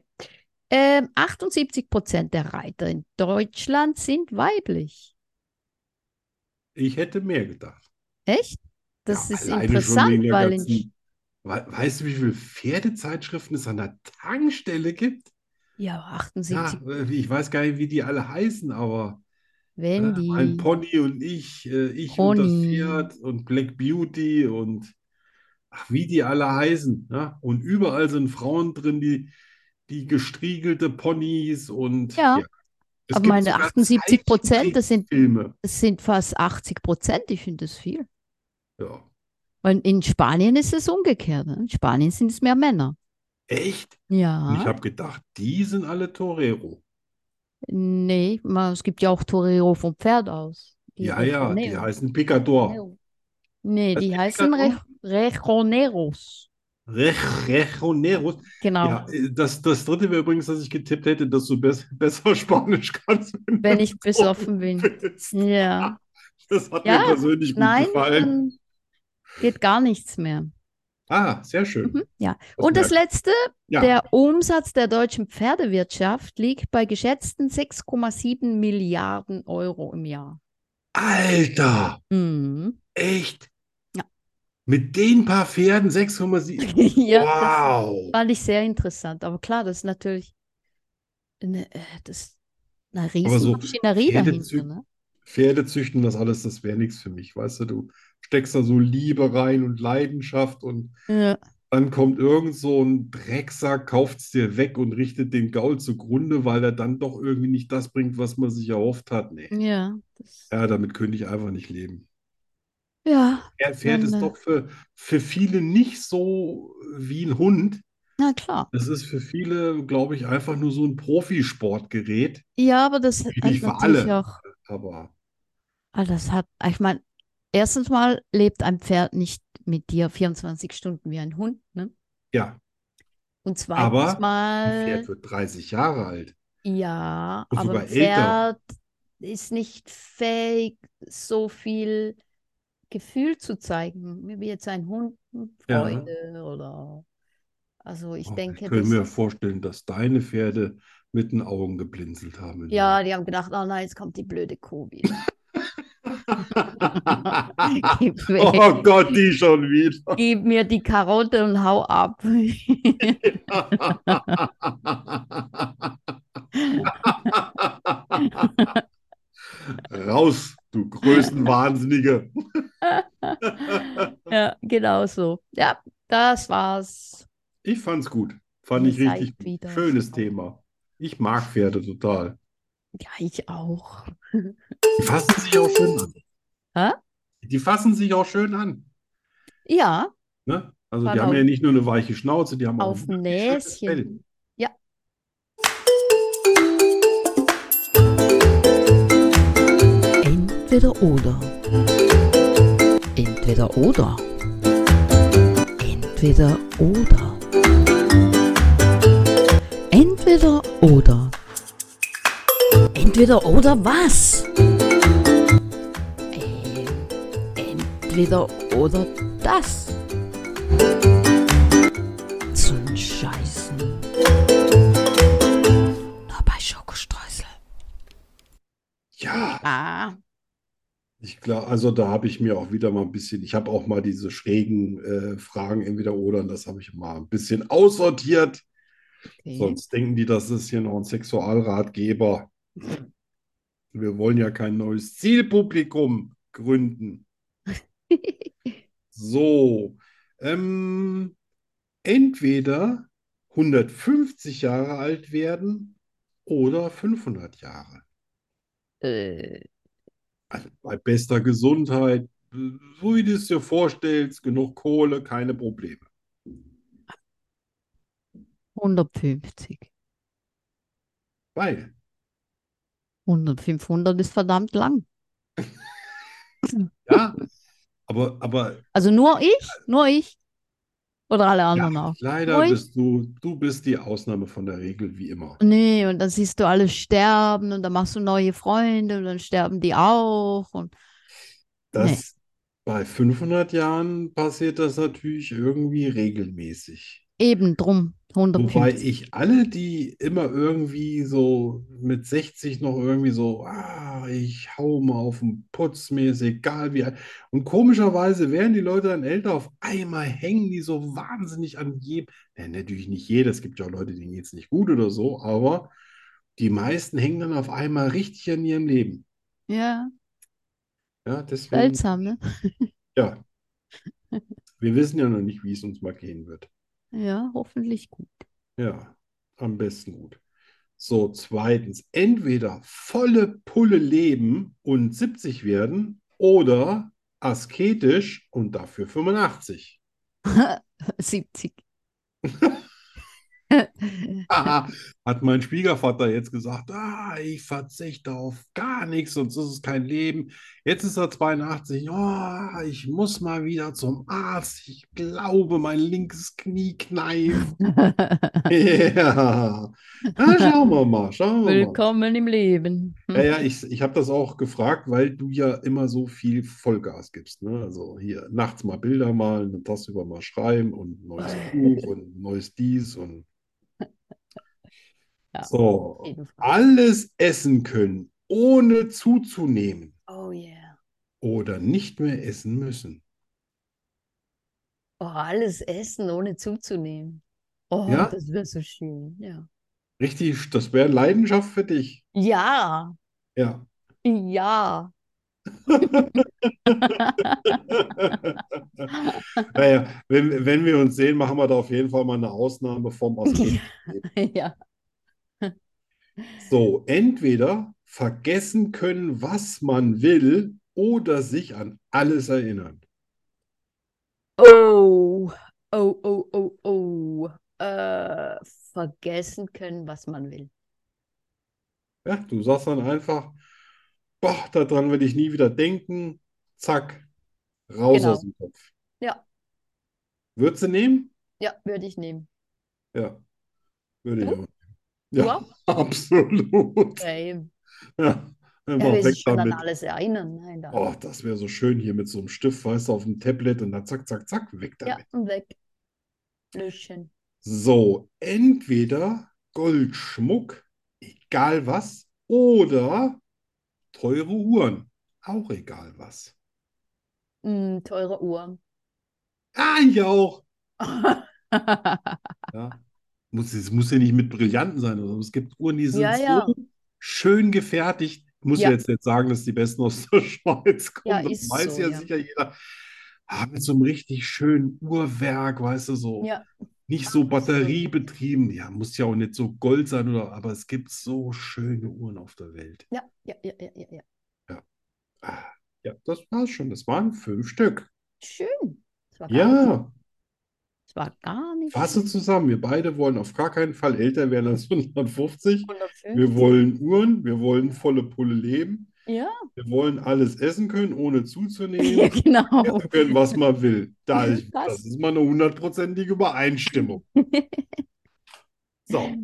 [SPEAKER 1] Ähm, 78 Prozent der Reiter in Deutschland sind weiblich.
[SPEAKER 2] Ich hätte mehr gedacht.
[SPEAKER 1] Echt? Das
[SPEAKER 2] Ja,
[SPEAKER 1] ist
[SPEAKER 2] alleine schon
[SPEAKER 1] interessant,
[SPEAKER 2] wegen der
[SPEAKER 1] weil in
[SPEAKER 2] ganzen- We weißt du, wie viele Pferdezeitschriften es an der Tankstelle gibt?
[SPEAKER 1] ja, 78,
[SPEAKER 2] Ja, äh, ich weiß gar nicht, wie die alle heißen, aber äh,
[SPEAKER 1] wenn die
[SPEAKER 2] mein Pony und ich, äh, ich und das
[SPEAKER 1] Pony.
[SPEAKER 2] Pferd und Black Beauty und ach, wie die alle heißen. Ja? Und überall sind Frauen drin, die, die gestriegelte Ponys und
[SPEAKER 1] Ja.
[SPEAKER 2] Es
[SPEAKER 1] aber
[SPEAKER 2] gibt
[SPEAKER 1] meine
[SPEAKER 2] sogar
[SPEAKER 1] 78 Prozent, das sind,
[SPEAKER 2] Zeichentrickfilme.
[SPEAKER 1] das sind fast 80 Prozent, ich finde das viel.
[SPEAKER 2] Ja.
[SPEAKER 1] Weil in Spanien ist es umgekehrt, ne? In Spanien sind es mehr Männer.
[SPEAKER 2] Echt? Und ich
[SPEAKER 1] Ja,
[SPEAKER 2] habe gedacht, die sind alle Torero.
[SPEAKER 1] nee, ma- es gibt ja auch Torero vom Pferd aus. Die
[SPEAKER 2] Ja, ja, die
[SPEAKER 1] Rejonero.
[SPEAKER 2] heißen Picador.
[SPEAKER 1] Nee,
[SPEAKER 2] Was
[SPEAKER 1] die
[SPEAKER 2] die
[SPEAKER 1] heißen Re
[SPEAKER 2] Picador?
[SPEAKER 1] Rejoneros.
[SPEAKER 2] Rech- Rejoneros.
[SPEAKER 1] Genau.
[SPEAKER 2] Ja, äh, das, das dritte wäre übrigens, dass ich getippt hätte, dass du bess besser Spanisch kannst, wenn
[SPEAKER 1] Wenn
[SPEAKER 2] du
[SPEAKER 1] ich besoffen bin.
[SPEAKER 2] willst.
[SPEAKER 1] Ja.
[SPEAKER 2] Das hat mir
[SPEAKER 1] Ja,
[SPEAKER 2] persönlich gut
[SPEAKER 1] Nein, ähm,
[SPEAKER 2] gefallen.
[SPEAKER 1] dann geht gar nichts mehr.
[SPEAKER 2] Ah, sehr schön.
[SPEAKER 1] Mhm, ja.
[SPEAKER 2] Das
[SPEAKER 1] Und das
[SPEAKER 2] merkt-
[SPEAKER 1] letzte,
[SPEAKER 2] Ja.
[SPEAKER 1] der Umsatz der deutschen Pferdewirtschaft liegt bei geschätzten 6,7 Milliarden Euro im Jahr.
[SPEAKER 2] Alter,
[SPEAKER 1] Mhm.
[SPEAKER 2] echt?
[SPEAKER 1] Ja.
[SPEAKER 2] Mit den paar Pferden 6,7.
[SPEAKER 1] Ja,
[SPEAKER 2] Wow.
[SPEAKER 1] das fand ich sehr interessant. Aber klar, das ist natürlich eine, äh, das, eine Riesenmaschinerie
[SPEAKER 2] Pferdezü-
[SPEAKER 1] dahinter. Ne?
[SPEAKER 2] Pferde züchten, das alles, das wäre nichts für mich, weißt du, du steckst da so Liebe rein und Leidenschaft und
[SPEAKER 1] ne? Ja.
[SPEAKER 2] dann kommt irgend so ein Drecksack, kauft es dir weg und richtet den Gaul zugrunde, weil er dann doch irgendwie nicht das bringt, was man sich erhofft hat. Nee.
[SPEAKER 1] Ja, das,
[SPEAKER 2] Ja, damit könnte ich einfach nicht leben.
[SPEAKER 1] ja,
[SPEAKER 2] Ein Pferd ist
[SPEAKER 1] Dann, äh,
[SPEAKER 2] doch für, für viele nicht so wie ein Hund.
[SPEAKER 1] na klar.
[SPEAKER 2] Das ist für viele, glaube ich, einfach nur so ein Profisportgerät.
[SPEAKER 1] Ja, aber das hat
[SPEAKER 2] Natürlich für
[SPEAKER 1] natürlich
[SPEAKER 2] alle.
[SPEAKER 1] auch,
[SPEAKER 2] Aber
[SPEAKER 1] ah, das hat, ich meine, erstens mal lebt ein Pferd nicht mit dir 24 Stunden wie ein Hund, ne?
[SPEAKER 2] ja,
[SPEAKER 1] Und zweitens
[SPEAKER 2] Aber ein ein
[SPEAKER 1] mal,
[SPEAKER 2] Pferd wird 30 Jahre alt.
[SPEAKER 1] ja,
[SPEAKER 2] Und
[SPEAKER 1] aber
[SPEAKER 2] sogar
[SPEAKER 1] ein
[SPEAKER 2] älter.
[SPEAKER 1] Pferd ist nicht fähig, so viel Gefühl zu zeigen, wie jetzt ein Hund,
[SPEAKER 2] Ja.
[SPEAKER 1] Freude oder, also ich
[SPEAKER 2] Oh,
[SPEAKER 1] denke,
[SPEAKER 2] ich könnte
[SPEAKER 1] das,
[SPEAKER 2] mir vorstellen, dass deine Pferde mit den Augen geblinzelt haben.
[SPEAKER 1] ja, die haben gedacht, oh nein, jetzt kommt die blöde Kuh wieder. Gib weg.
[SPEAKER 2] Oh Gott, die schon wieder.
[SPEAKER 1] Gib mir die Karotte und hau ab.
[SPEAKER 2] Raus, du Größenwahnsinnige.
[SPEAKER 1] Ja, genau so. Ja, das war's.
[SPEAKER 2] Ich fand's gut. Fand
[SPEAKER 1] Ihr
[SPEAKER 2] ich richtig
[SPEAKER 1] seid wieder
[SPEAKER 2] gut. Schönes
[SPEAKER 1] schlau.
[SPEAKER 2] Thema. Ich mag Pferde total.
[SPEAKER 1] Ja, ich auch.
[SPEAKER 2] Die fassen sich auch schön
[SPEAKER 1] Hä?
[SPEAKER 2] an. Die fassen sich auch schön an.
[SPEAKER 1] Ja,
[SPEAKER 2] Ne? Also
[SPEAKER 1] Vor
[SPEAKER 2] die haben
[SPEAKER 1] allem
[SPEAKER 2] ja nicht nur eine weiche Schnauze, die haben auch
[SPEAKER 1] auf
[SPEAKER 2] Oh, ein
[SPEAKER 1] dem
[SPEAKER 2] wirklich schönes
[SPEAKER 1] Näschen.
[SPEAKER 2] Fell.
[SPEAKER 3] Entweder oder. Entweder oder. Entweder oder. Entweder oder. Entweder oder was? Ähm, entweder oder das. Zum Scheißen. Nur bei Schokostreusel.
[SPEAKER 2] Ja,
[SPEAKER 1] ah,
[SPEAKER 2] ich glaube, also da habe ich mir auch wieder mal ein bisschen, ich habe auch mal diese schrägen äh, Fragen entweder oder, und das habe ich mal ein bisschen aussortiert.
[SPEAKER 1] okay.
[SPEAKER 2] Sonst denken die, das ist hier noch ein Sexualratgeber. Wir wollen ja kein neues Zielpublikum gründen. So, äh, Ähm, entweder 150 Jahre alt werden oder 500 Jahre.
[SPEAKER 1] Äh,
[SPEAKER 2] Also bei bester Gesundheit, so wie du es dir vorstellst, genug Kohle, keine Probleme.
[SPEAKER 1] 150.
[SPEAKER 2] Weil,
[SPEAKER 1] 100, 500 ist verdammt lang.
[SPEAKER 2] ja, aber, aber
[SPEAKER 1] Also nur ich? Nur ich? Oder alle anderen auch?
[SPEAKER 2] leider
[SPEAKER 1] Ui.
[SPEAKER 2] bist du, du bist die Ausnahme von der Regel, wie immer.
[SPEAKER 1] Nee, und dann siehst du alle sterben und dann machst du neue Freunde und dann sterben die auch. Und
[SPEAKER 2] Das bei 500 Jahren passiert das natürlich irgendwie regelmäßig.
[SPEAKER 1] eben drum,
[SPEAKER 2] Wobei
[SPEAKER 1] 150.
[SPEAKER 2] ich alle, die immer irgendwie so mit 60 noch irgendwie so, ah, ich hau mal auf den Putz, mir ist egal wie. alt." Und komischerweise werden die Leute dann älter, auf einmal hängen die so wahnsinnig an jedem. Ja, natürlich nicht jeder, es gibt ja auch Leute, denen geht's nicht gut oder so, aber die meisten hängen dann auf einmal richtig an ihrem Leben.
[SPEAKER 1] Ja,
[SPEAKER 2] Ja, deswegen,
[SPEAKER 1] seltsam, ne?
[SPEAKER 2] ja. Wir wissen ja noch nicht, wie es uns mal gehen wird.
[SPEAKER 1] Ja, hoffentlich gut.
[SPEAKER 2] Ja, am besten gut. So, zweitens, entweder volle Pulle leben und 70 werden oder asketisch und dafür 85.
[SPEAKER 1] 70.
[SPEAKER 2] Haha, hat mein Schwiegervater jetzt gesagt, ah, ich verzichte auf gar nichts, sonst ist es kein Leben. Jetzt ist er 82, ja, ich muss mal wieder zum Arzt. Ich glaube, mein linkes Knie kneift. Ja, na, schauen wir mal, schauen wir mal. Äh,
[SPEAKER 1] Willkommen im Leben. Hm?
[SPEAKER 2] Ja, ja, ich, ich habe das auch gefragt, weil du ja immer so viel Vollgas gibst. Ne? Also hier nachts mal Bilder malen, eine Tasse über mal schreiben und ein neues Buch und ein neues dies und
[SPEAKER 1] Ja, auf
[SPEAKER 2] so.
[SPEAKER 1] jeden Fall.
[SPEAKER 2] Alles essen können, ohne zuzunehmen
[SPEAKER 1] Oh yeah.
[SPEAKER 2] oder nicht mehr essen müssen.
[SPEAKER 1] Oh, alles essen, ohne zuzunehmen. Oh,
[SPEAKER 2] Ja?
[SPEAKER 1] das wäre so schön. Ja.
[SPEAKER 2] Richtig, das wäre Leidenschaft für dich.
[SPEAKER 1] Ja,
[SPEAKER 2] Ja.
[SPEAKER 1] ja.
[SPEAKER 2] Naja, wenn, wenn wir uns sehen, machen wir da auf jeden Fall mal eine Ausnahme vom Asketen.
[SPEAKER 1] Ja.
[SPEAKER 2] So, entweder vergessen können, was man will, oder sich an alles erinnern.
[SPEAKER 1] Oh, oh, oh, oh, oh. Äh, vergessen können, was man will.
[SPEAKER 2] Ja, du sagst dann einfach, boah, daran will ich nie wieder denken. Zack, raus
[SPEAKER 1] Genau.
[SPEAKER 2] aus dem Kopf.
[SPEAKER 1] Ja.
[SPEAKER 2] Würdest du nehmen?
[SPEAKER 1] Ja, würde ich nehmen.
[SPEAKER 2] Ja, würde ich
[SPEAKER 1] Du?
[SPEAKER 2] auch nehmen.
[SPEAKER 1] Du
[SPEAKER 2] Ja,
[SPEAKER 1] auch?
[SPEAKER 2] absolut.
[SPEAKER 1] Ja, eben.
[SPEAKER 2] Ja,
[SPEAKER 1] Ja,
[SPEAKER 2] einfach
[SPEAKER 1] will
[SPEAKER 2] weg
[SPEAKER 1] sich schon an
[SPEAKER 2] damit.
[SPEAKER 1] alles erinnern. Nein, da.
[SPEAKER 2] Oh, das wäre so schön hier mit so einem Stift, weißt du, auf dem Tablet und dann zack, zack, zack, weg
[SPEAKER 1] Ja,
[SPEAKER 2] damit.
[SPEAKER 1] und weg. Löschen.
[SPEAKER 2] So, entweder Goldschmuck, egal was, oder teure Uhren, auch egal was.
[SPEAKER 1] Mm, teure Uhr.
[SPEAKER 2] Ah, ich auch. Ja. Muss, es muss ja nicht mit Brillanten sein oder so. Es gibt Uhren, die sind
[SPEAKER 1] Ja,
[SPEAKER 2] so
[SPEAKER 1] ja.
[SPEAKER 2] schön gefertigt. Ich muss ja
[SPEAKER 1] Ja.
[SPEAKER 2] jetzt nicht sagen, dass die besten aus der Schweiz kommen.
[SPEAKER 1] Ja,
[SPEAKER 2] Das
[SPEAKER 1] ist
[SPEAKER 2] weiß
[SPEAKER 1] so,
[SPEAKER 2] ja
[SPEAKER 1] ja.
[SPEAKER 2] sicher jeder. Ah, mit so einem richtig schönen Uhrwerk, weißt du, so.
[SPEAKER 1] Ja,
[SPEAKER 2] Nicht so
[SPEAKER 1] Absolut.
[SPEAKER 2] batteriebetrieben, ja, muss ja auch nicht so Gold sein, oder, aber es gibt so schöne Uhren auf der Welt.
[SPEAKER 1] ja, ja, ja, ja, ja, ja.
[SPEAKER 2] Ah, ja, das war's schon. Das waren fünf Stück.
[SPEAKER 1] Schön. Das war gar nicht,
[SPEAKER 2] Ja,
[SPEAKER 1] das war gar nicht
[SPEAKER 2] fasse zusammen. Wir beide wollen auf gar keinen Fall älter werden als 150.
[SPEAKER 1] 150.
[SPEAKER 2] Wir wollen Uhren, wir wollen volle Pulle leben,
[SPEAKER 1] Ja,
[SPEAKER 2] wir wollen alles essen können, ohne
[SPEAKER 1] ja,
[SPEAKER 2] zuzunehmen,
[SPEAKER 1] genau.
[SPEAKER 2] essen können, was man will. Da, ich,
[SPEAKER 1] Was?
[SPEAKER 2] das ist mal eine hundertprozentige Übereinstimmung. So,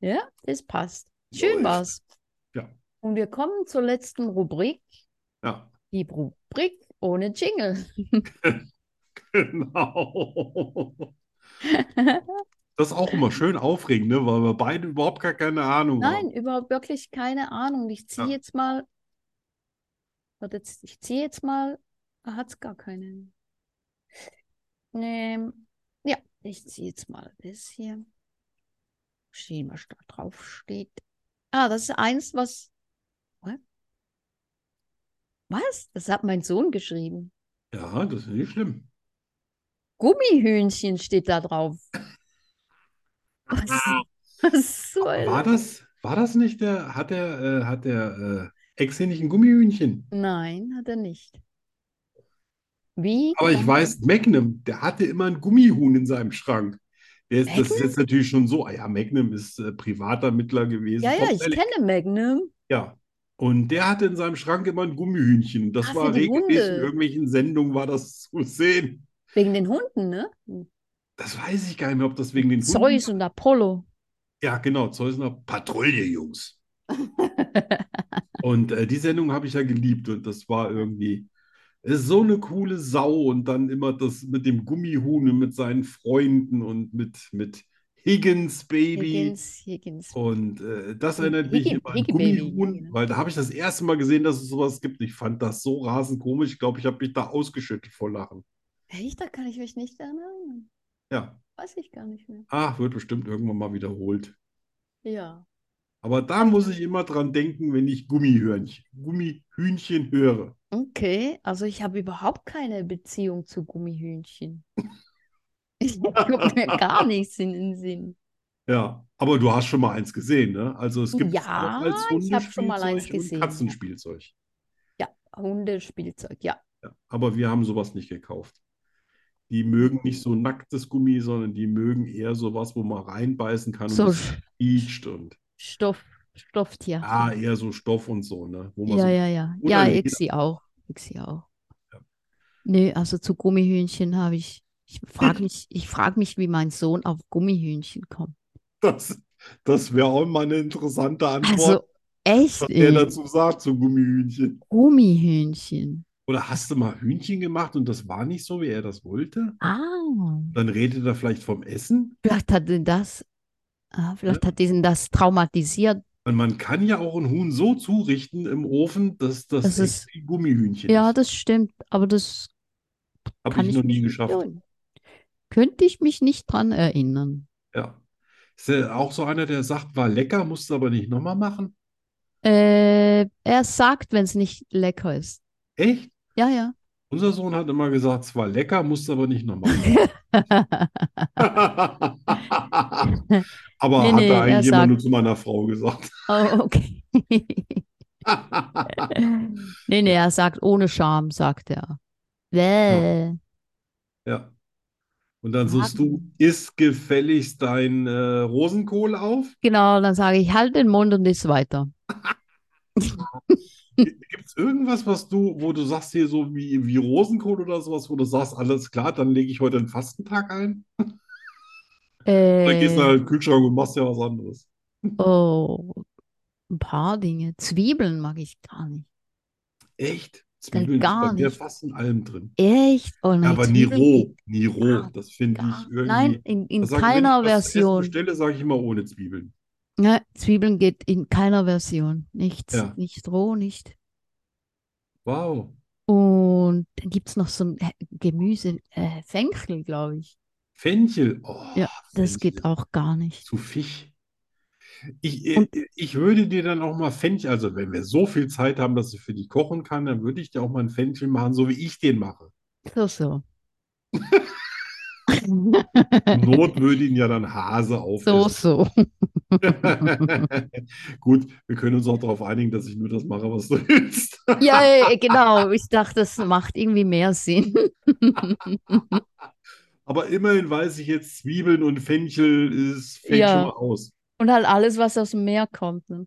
[SPEAKER 1] Ja, das passt. Schön
[SPEAKER 2] Läuft.
[SPEAKER 1] war's.
[SPEAKER 2] Ja.
[SPEAKER 1] Und wir kommen zur letzten Rubrik,
[SPEAKER 2] ja,
[SPEAKER 1] die Rubrik ohne Jingle.
[SPEAKER 2] genau. Das ist auch immer schön aufregend, ne? weil wir beide überhaupt gar keine Ahnung
[SPEAKER 1] Nein,
[SPEAKER 2] haben.
[SPEAKER 1] überhaupt wirklich keine Ahnung. Ich ziehe
[SPEAKER 2] Ja.
[SPEAKER 1] jetzt mal. Warte, jetzt- ich ziehe jetzt mal. Ah, hat's gar keinen. Nee. Ja, ich ziehe jetzt mal das hier. Stehen, was da drauf steht. Ah, das ist eins, was. What? Was? Das hat mein Sohn geschrieben.
[SPEAKER 2] Ja, das ist nicht schlimm.
[SPEAKER 1] Gummihühnchen steht da drauf. Was, was soll
[SPEAKER 2] War das, war das nicht der, hat der, äh, hat der äh, Exe nicht ein Gummihühnchen?
[SPEAKER 1] Nein, hat er nicht. Wie?
[SPEAKER 2] Aber ich
[SPEAKER 1] kann-
[SPEAKER 2] weiß, Magnum, der hatte immer ein Gummihuhn in seinem Schrank. Der ist, das ist
[SPEAKER 1] Magnum?
[SPEAKER 2] jetzt natürlich schon so, ah ja, Magnum ist äh, Privatermittler gewesen.
[SPEAKER 1] Ja, ja, ich
[SPEAKER 2] Top-Elite.
[SPEAKER 1] kenne Magnum.
[SPEAKER 2] Ja. Und der hatte in seinem Schrank immer ein Gummihühnchen. Und das
[SPEAKER 1] Ah,
[SPEAKER 2] war
[SPEAKER 1] für die
[SPEAKER 2] regelmäßig in
[SPEAKER 1] Hunde.
[SPEAKER 2] irgendwelchen Sendungen war das zu sehen.
[SPEAKER 1] Wegen den Hunden, ne?
[SPEAKER 2] Das weiß ich gar nicht mehr, ob das wegen den Hunden
[SPEAKER 1] Zeus
[SPEAKER 2] war.
[SPEAKER 1] und Apollo.
[SPEAKER 2] Ja, genau, Zeus und Ap- Patrouille, Jungs. Und äh, die Sendung habe ich ja geliebt und das war irgendwie ist so eine coole Sau und dann immer das mit dem Gummihuhn und mit seinen Freunden und mit, mit Higgins Baby.
[SPEAKER 1] Higgins, Higgins.
[SPEAKER 2] Und äh, das
[SPEAKER 1] Hig-
[SPEAKER 2] erinnert mich
[SPEAKER 1] Higgy-
[SPEAKER 2] immer an
[SPEAKER 1] Higgy-Baby,
[SPEAKER 2] Gummihuhn,
[SPEAKER 1] ne?
[SPEAKER 2] weil da habe ich das erste Mal gesehen, dass es sowas gibt. Ich fand das so rasend komisch. Ich glaube, ich habe mich da ausgeschüttelt vor Lachen.
[SPEAKER 1] Echt? Da kann ich mich nicht erinnern.
[SPEAKER 2] Ja,
[SPEAKER 1] Weiß ich gar nicht mehr.
[SPEAKER 2] ach, wird bestimmt irgendwann mal wiederholt.
[SPEAKER 1] Ja.
[SPEAKER 2] Aber da muss ich immer dran denken, wenn ich Gummihörnchen, Gummihühnchen höre.
[SPEAKER 1] Okay, also ich habe überhaupt keine Beziehung zu Gummihühnchen. Ich gucke mir gar nichts in den Sinn.
[SPEAKER 2] Ja, aber du hast schon mal eins gesehen, ne? Also es gibt es auch
[SPEAKER 1] Ja,
[SPEAKER 2] als
[SPEAKER 1] ich hab schon mal eins
[SPEAKER 2] Hundespielzeug und
[SPEAKER 1] gesehen, ja.
[SPEAKER 2] Katzenspielzeug.
[SPEAKER 1] Hundespielzeug, ja.
[SPEAKER 2] Ja, aber wir haben sowas nicht gekauft. Die mögen nicht so nacktes Gummi, sondern die mögen eher sowas, wo man reinbeißen kann und
[SPEAKER 1] So
[SPEAKER 2] es quietscht und
[SPEAKER 1] Stoff, Stofftier.
[SPEAKER 2] ah, eher so Stoff und so, ne? Wo man
[SPEAKER 1] Ja,
[SPEAKER 2] so,
[SPEAKER 1] ja, ja.
[SPEAKER 2] Oder
[SPEAKER 1] Ja,
[SPEAKER 2] jeder-
[SPEAKER 1] Ixi auch. Ixi auch.
[SPEAKER 2] Ja.
[SPEAKER 1] Nee, also zu Gummihühnchen habe ich. Ich frage mich, ich frag mich, wie mein Sohn auf Gummihühnchen kommt.
[SPEAKER 2] das, das wäre auch mal eine interessante Antwort,
[SPEAKER 1] Also echt,
[SPEAKER 2] was der
[SPEAKER 1] ey.
[SPEAKER 2] dazu sagt zu Gummihühnchen.
[SPEAKER 1] Gummihühnchen.
[SPEAKER 2] Oder hast du mal Hühnchen gemacht und das war nicht so, wie er das wollte?
[SPEAKER 1] Ah,
[SPEAKER 2] Dann redet er vielleicht vom Essen.
[SPEAKER 1] vielleicht hat ihn das, ah, vielleicht hat ihn das traumatisiert.
[SPEAKER 2] Und man kann ja auch ein Huhn so zurichten im Ofen, dass das
[SPEAKER 1] Das
[SPEAKER 2] echt
[SPEAKER 1] ist-
[SPEAKER 2] wie Gummihühnchen
[SPEAKER 1] Ja,
[SPEAKER 2] ist.
[SPEAKER 1] das stimmt, aber das
[SPEAKER 2] Habe
[SPEAKER 1] kann
[SPEAKER 2] ich
[SPEAKER 1] ich
[SPEAKER 2] noch nie
[SPEAKER 1] mich nicht
[SPEAKER 2] geschafft.
[SPEAKER 1] erinnern. Könnte ich mich nicht dran erinnern.
[SPEAKER 2] Ja. Ist ja auch so einer, der sagt, war lecker, musst du aber nicht nochmal machen.
[SPEAKER 1] Äh, er sagt, wenn es nicht lecker ist.
[SPEAKER 2] Echt?
[SPEAKER 1] Ja, ja.
[SPEAKER 2] Unser Sohn hat immer gesagt, es war lecker, musst du aber nicht nochmal machen. Aber
[SPEAKER 1] Nee,
[SPEAKER 2] hat
[SPEAKER 1] nee,
[SPEAKER 2] er
[SPEAKER 1] er
[SPEAKER 2] eigentlich immer
[SPEAKER 1] sagt-
[SPEAKER 2] nur zu meiner Frau gesagt.
[SPEAKER 1] Oh, okay. Nee, nee, er sagt ohne Scham, sagt er. Bäh.
[SPEAKER 2] Ja. Und dann suchst du, isst gefälligst dein äh, Rosenkohl auf.
[SPEAKER 1] Genau, dann sage ich, halt den Mund und iss weiter.
[SPEAKER 2] Gibt es irgendwas, was du, wo du sagst, hier so wie, wie Rosenkohl oder sowas, wo du sagst, alles klar, dann lege ich heute einen Fastentag ein? Dann gehst du
[SPEAKER 1] Äh,
[SPEAKER 2] halt in den Kühlschrank und machst ja was anderes.
[SPEAKER 1] oh, ein paar Dinge. Zwiebeln mag ich gar nicht.
[SPEAKER 2] Echt? Zwiebeln ist
[SPEAKER 1] gar
[SPEAKER 2] bei mir
[SPEAKER 1] nicht.
[SPEAKER 2] fast in allem drin.
[SPEAKER 1] Echt? Oh
[SPEAKER 2] Ja,
[SPEAKER 1] nein,
[SPEAKER 2] aber nie
[SPEAKER 1] Zwiebeln
[SPEAKER 2] roh,
[SPEAKER 1] geht
[SPEAKER 2] nie roh.
[SPEAKER 1] gar-
[SPEAKER 2] Das finde
[SPEAKER 1] gar-
[SPEAKER 2] ich irgendwie.
[SPEAKER 1] Nein, in, in
[SPEAKER 2] Das sage ich, wenn
[SPEAKER 1] keiner
[SPEAKER 2] ich was zu essen
[SPEAKER 1] Version.
[SPEAKER 2] bestelle, sage ich immer ohne Zwiebeln.
[SPEAKER 1] Ja, Zwiebeln geht in keiner Version. Nichts,
[SPEAKER 2] Ja.
[SPEAKER 1] nicht roh, nicht.
[SPEAKER 2] Wow.
[SPEAKER 1] Und dann gibt es noch so ein äh, Gemüse, äh, Fenchel, glaube ich.
[SPEAKER 2] Fenchel. Oh,
[SPEAKER 1] Ja, das geht
[SPEAKER 2] Fenchel.
[SPEAKER 1] auch gar nicht.
[SPEAKER 2] Zu Fisch. Ich, äh, ich würde dir dann auch mal Fenchel, also wenn wir so viel Zeit haben, dass ich für dich kochen kann, dann würde ich dir auch mal einen Fenchel machen, so wie ich den mache.
[SPEAKER 1] So, so.
[SPEAKER 2] Not würde ihn ja dann Hase
[SPEAKER 1] So,
[SPEAKER 2] aufessen.
[SPEAKER 1] so.
[SPEAKER 2] Gut, wir können uns auch darauf einigen, dass ich nur das mache, was du willst.
[SPEAKER 1] Ja, ja, genau. Ich dachte, das macht irgendwie mehr Sinn.
[SPEAKER 2] Aber immerhin weiß ich jetzt, Zwiebeln und Fenchel ist, fällt
[SPEAKER 1] Ja.
[SPEAKER 2] schon mal aus.
[SPEAKER 1] Und halt alles, was aus dem Meer kommt. Ne?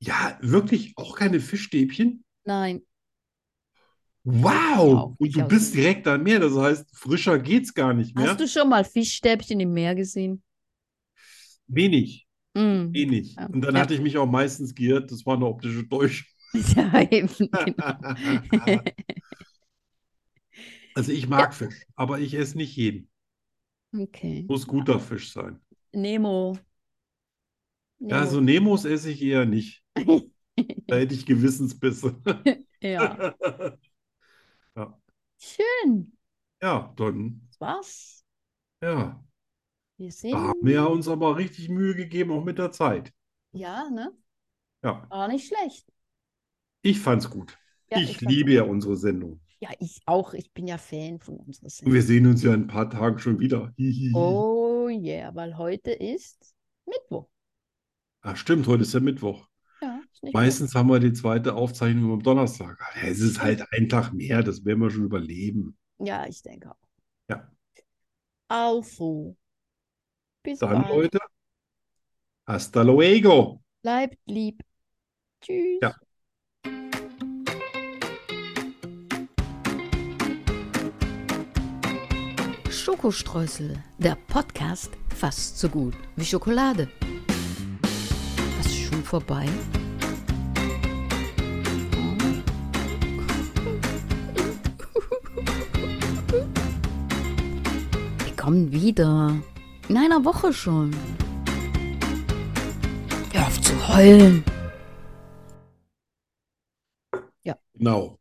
[SPEAKER 2] Ja, wirklich auch keine Fischstäbchen?
[SPEAKER 1] Nein.
[SPEAKER 2] Wow!
[SPEAKER 1] Auch
[SPEAKER 2] Und
[SPEAKER 1] nicht
[SPEAKER 2] du
[SPEAKER 1] aus
[SPEAKER 2] bist
[SPEAKER 1] dem-
[SPEAKER 2] direkt am Meer, das heißt, frischer geht's gar nicht mehr.
[SPEAKER 1] Hast du schon mal Fischstäbchen im Meer gesehen?
[SPEAKER 2] Wenig,
[SPEAKER 1] Mm.
[SPEAKER 2] wenig.
[SPEAKER 1] Ja.
[SPEAKER 2] eh Und dann
[SPEAKER 1] Ja.
[SPEAKER 2] hatte ich mich auch meistens geirrt, das war eine optische Täuschung.
[SPEAKER 1] Ja, eben, genau.
[SPEAKER 2] Also ich mag Fisch, aber ich esse nicht jeden.
[SPEAKER 1] Okay.
[SPEAKER 2] Muss guter Fisch sein.
[SPEAKER 1] Nemo.
[SPEAKER 2] Ja, so
[SPEAKER 1] Nemo.
[SPEAKER 2] Nemos esse ich eher nicht. Da hätte ich Gewissensbisse.
[SPEAKER 1] Ja. Schön.
[SPEAKER 2] Ja, dann,
[SPEAKER 1] Das war's.
[SPEAKER 2] ja.
[SPEAKER 1] Wir
[SPEAKER 2] Da haben
[SPEAKER 1] sehen.
[SPEAKER 2] wir uns aber richtig Mühe gegeben, auch mit der Zeit.
[SPEAKER 1] Ja, ne?
[SPEAKER 2] Ja,
[SPEAKER 1] War nicht schlecht.
[SPEAKER 2] ich fand's gut.
[SPEAKER 1] Ja,
[SPEAKER 2] Ich
[SPEAKER 1] fand's
[SPEAKER 2] liebe ja unsere Sendung.
[SPEAKER 1] Ja, ich auch. Ich bin ja Fan von unserer
[SPEAKER 2] Und
[SPEAKER 1] Sendung.
[SPEAKER 2] wir sehen uns ja in ein paar Tagen schon wieder. Hihihi.
[SPEAKER 1] Oh yeah, weil heute ist Mittwoch.
[SPEAKER 2] Ach, Ah, stimmt, heute ist ja Mittwoch.
[SPEAKER 1] Ja, ist nicht schlecht.
[SPEAKER 2] Meistens haben wir die zweite Aufzeichnung am Donnerstag. Es ist halt ein Tag mehr, das werden wir schon überleben.
[SPEAKER 1] Ja, ich denke auch.
[SPEAKER 2] Ja.
[SPEAKER 1] Also, bis
[SPEAKER 2] Dann,
[SPEAKER 1] bald.
[SPEAKER 2] Leute, hasta luego.
[SPEAKER 1] Bleibt lieb. Tschüss.
[SPEAKER 2] Ja.
[SPEAKER 3] Schokostreusel, der Podcast fast so gut wie Schokolade. Was ist schon vorbei? Wir kommen wieder. In einer Woche schon. Hör auf zu heulen.
[SPEAKER 2] Genau.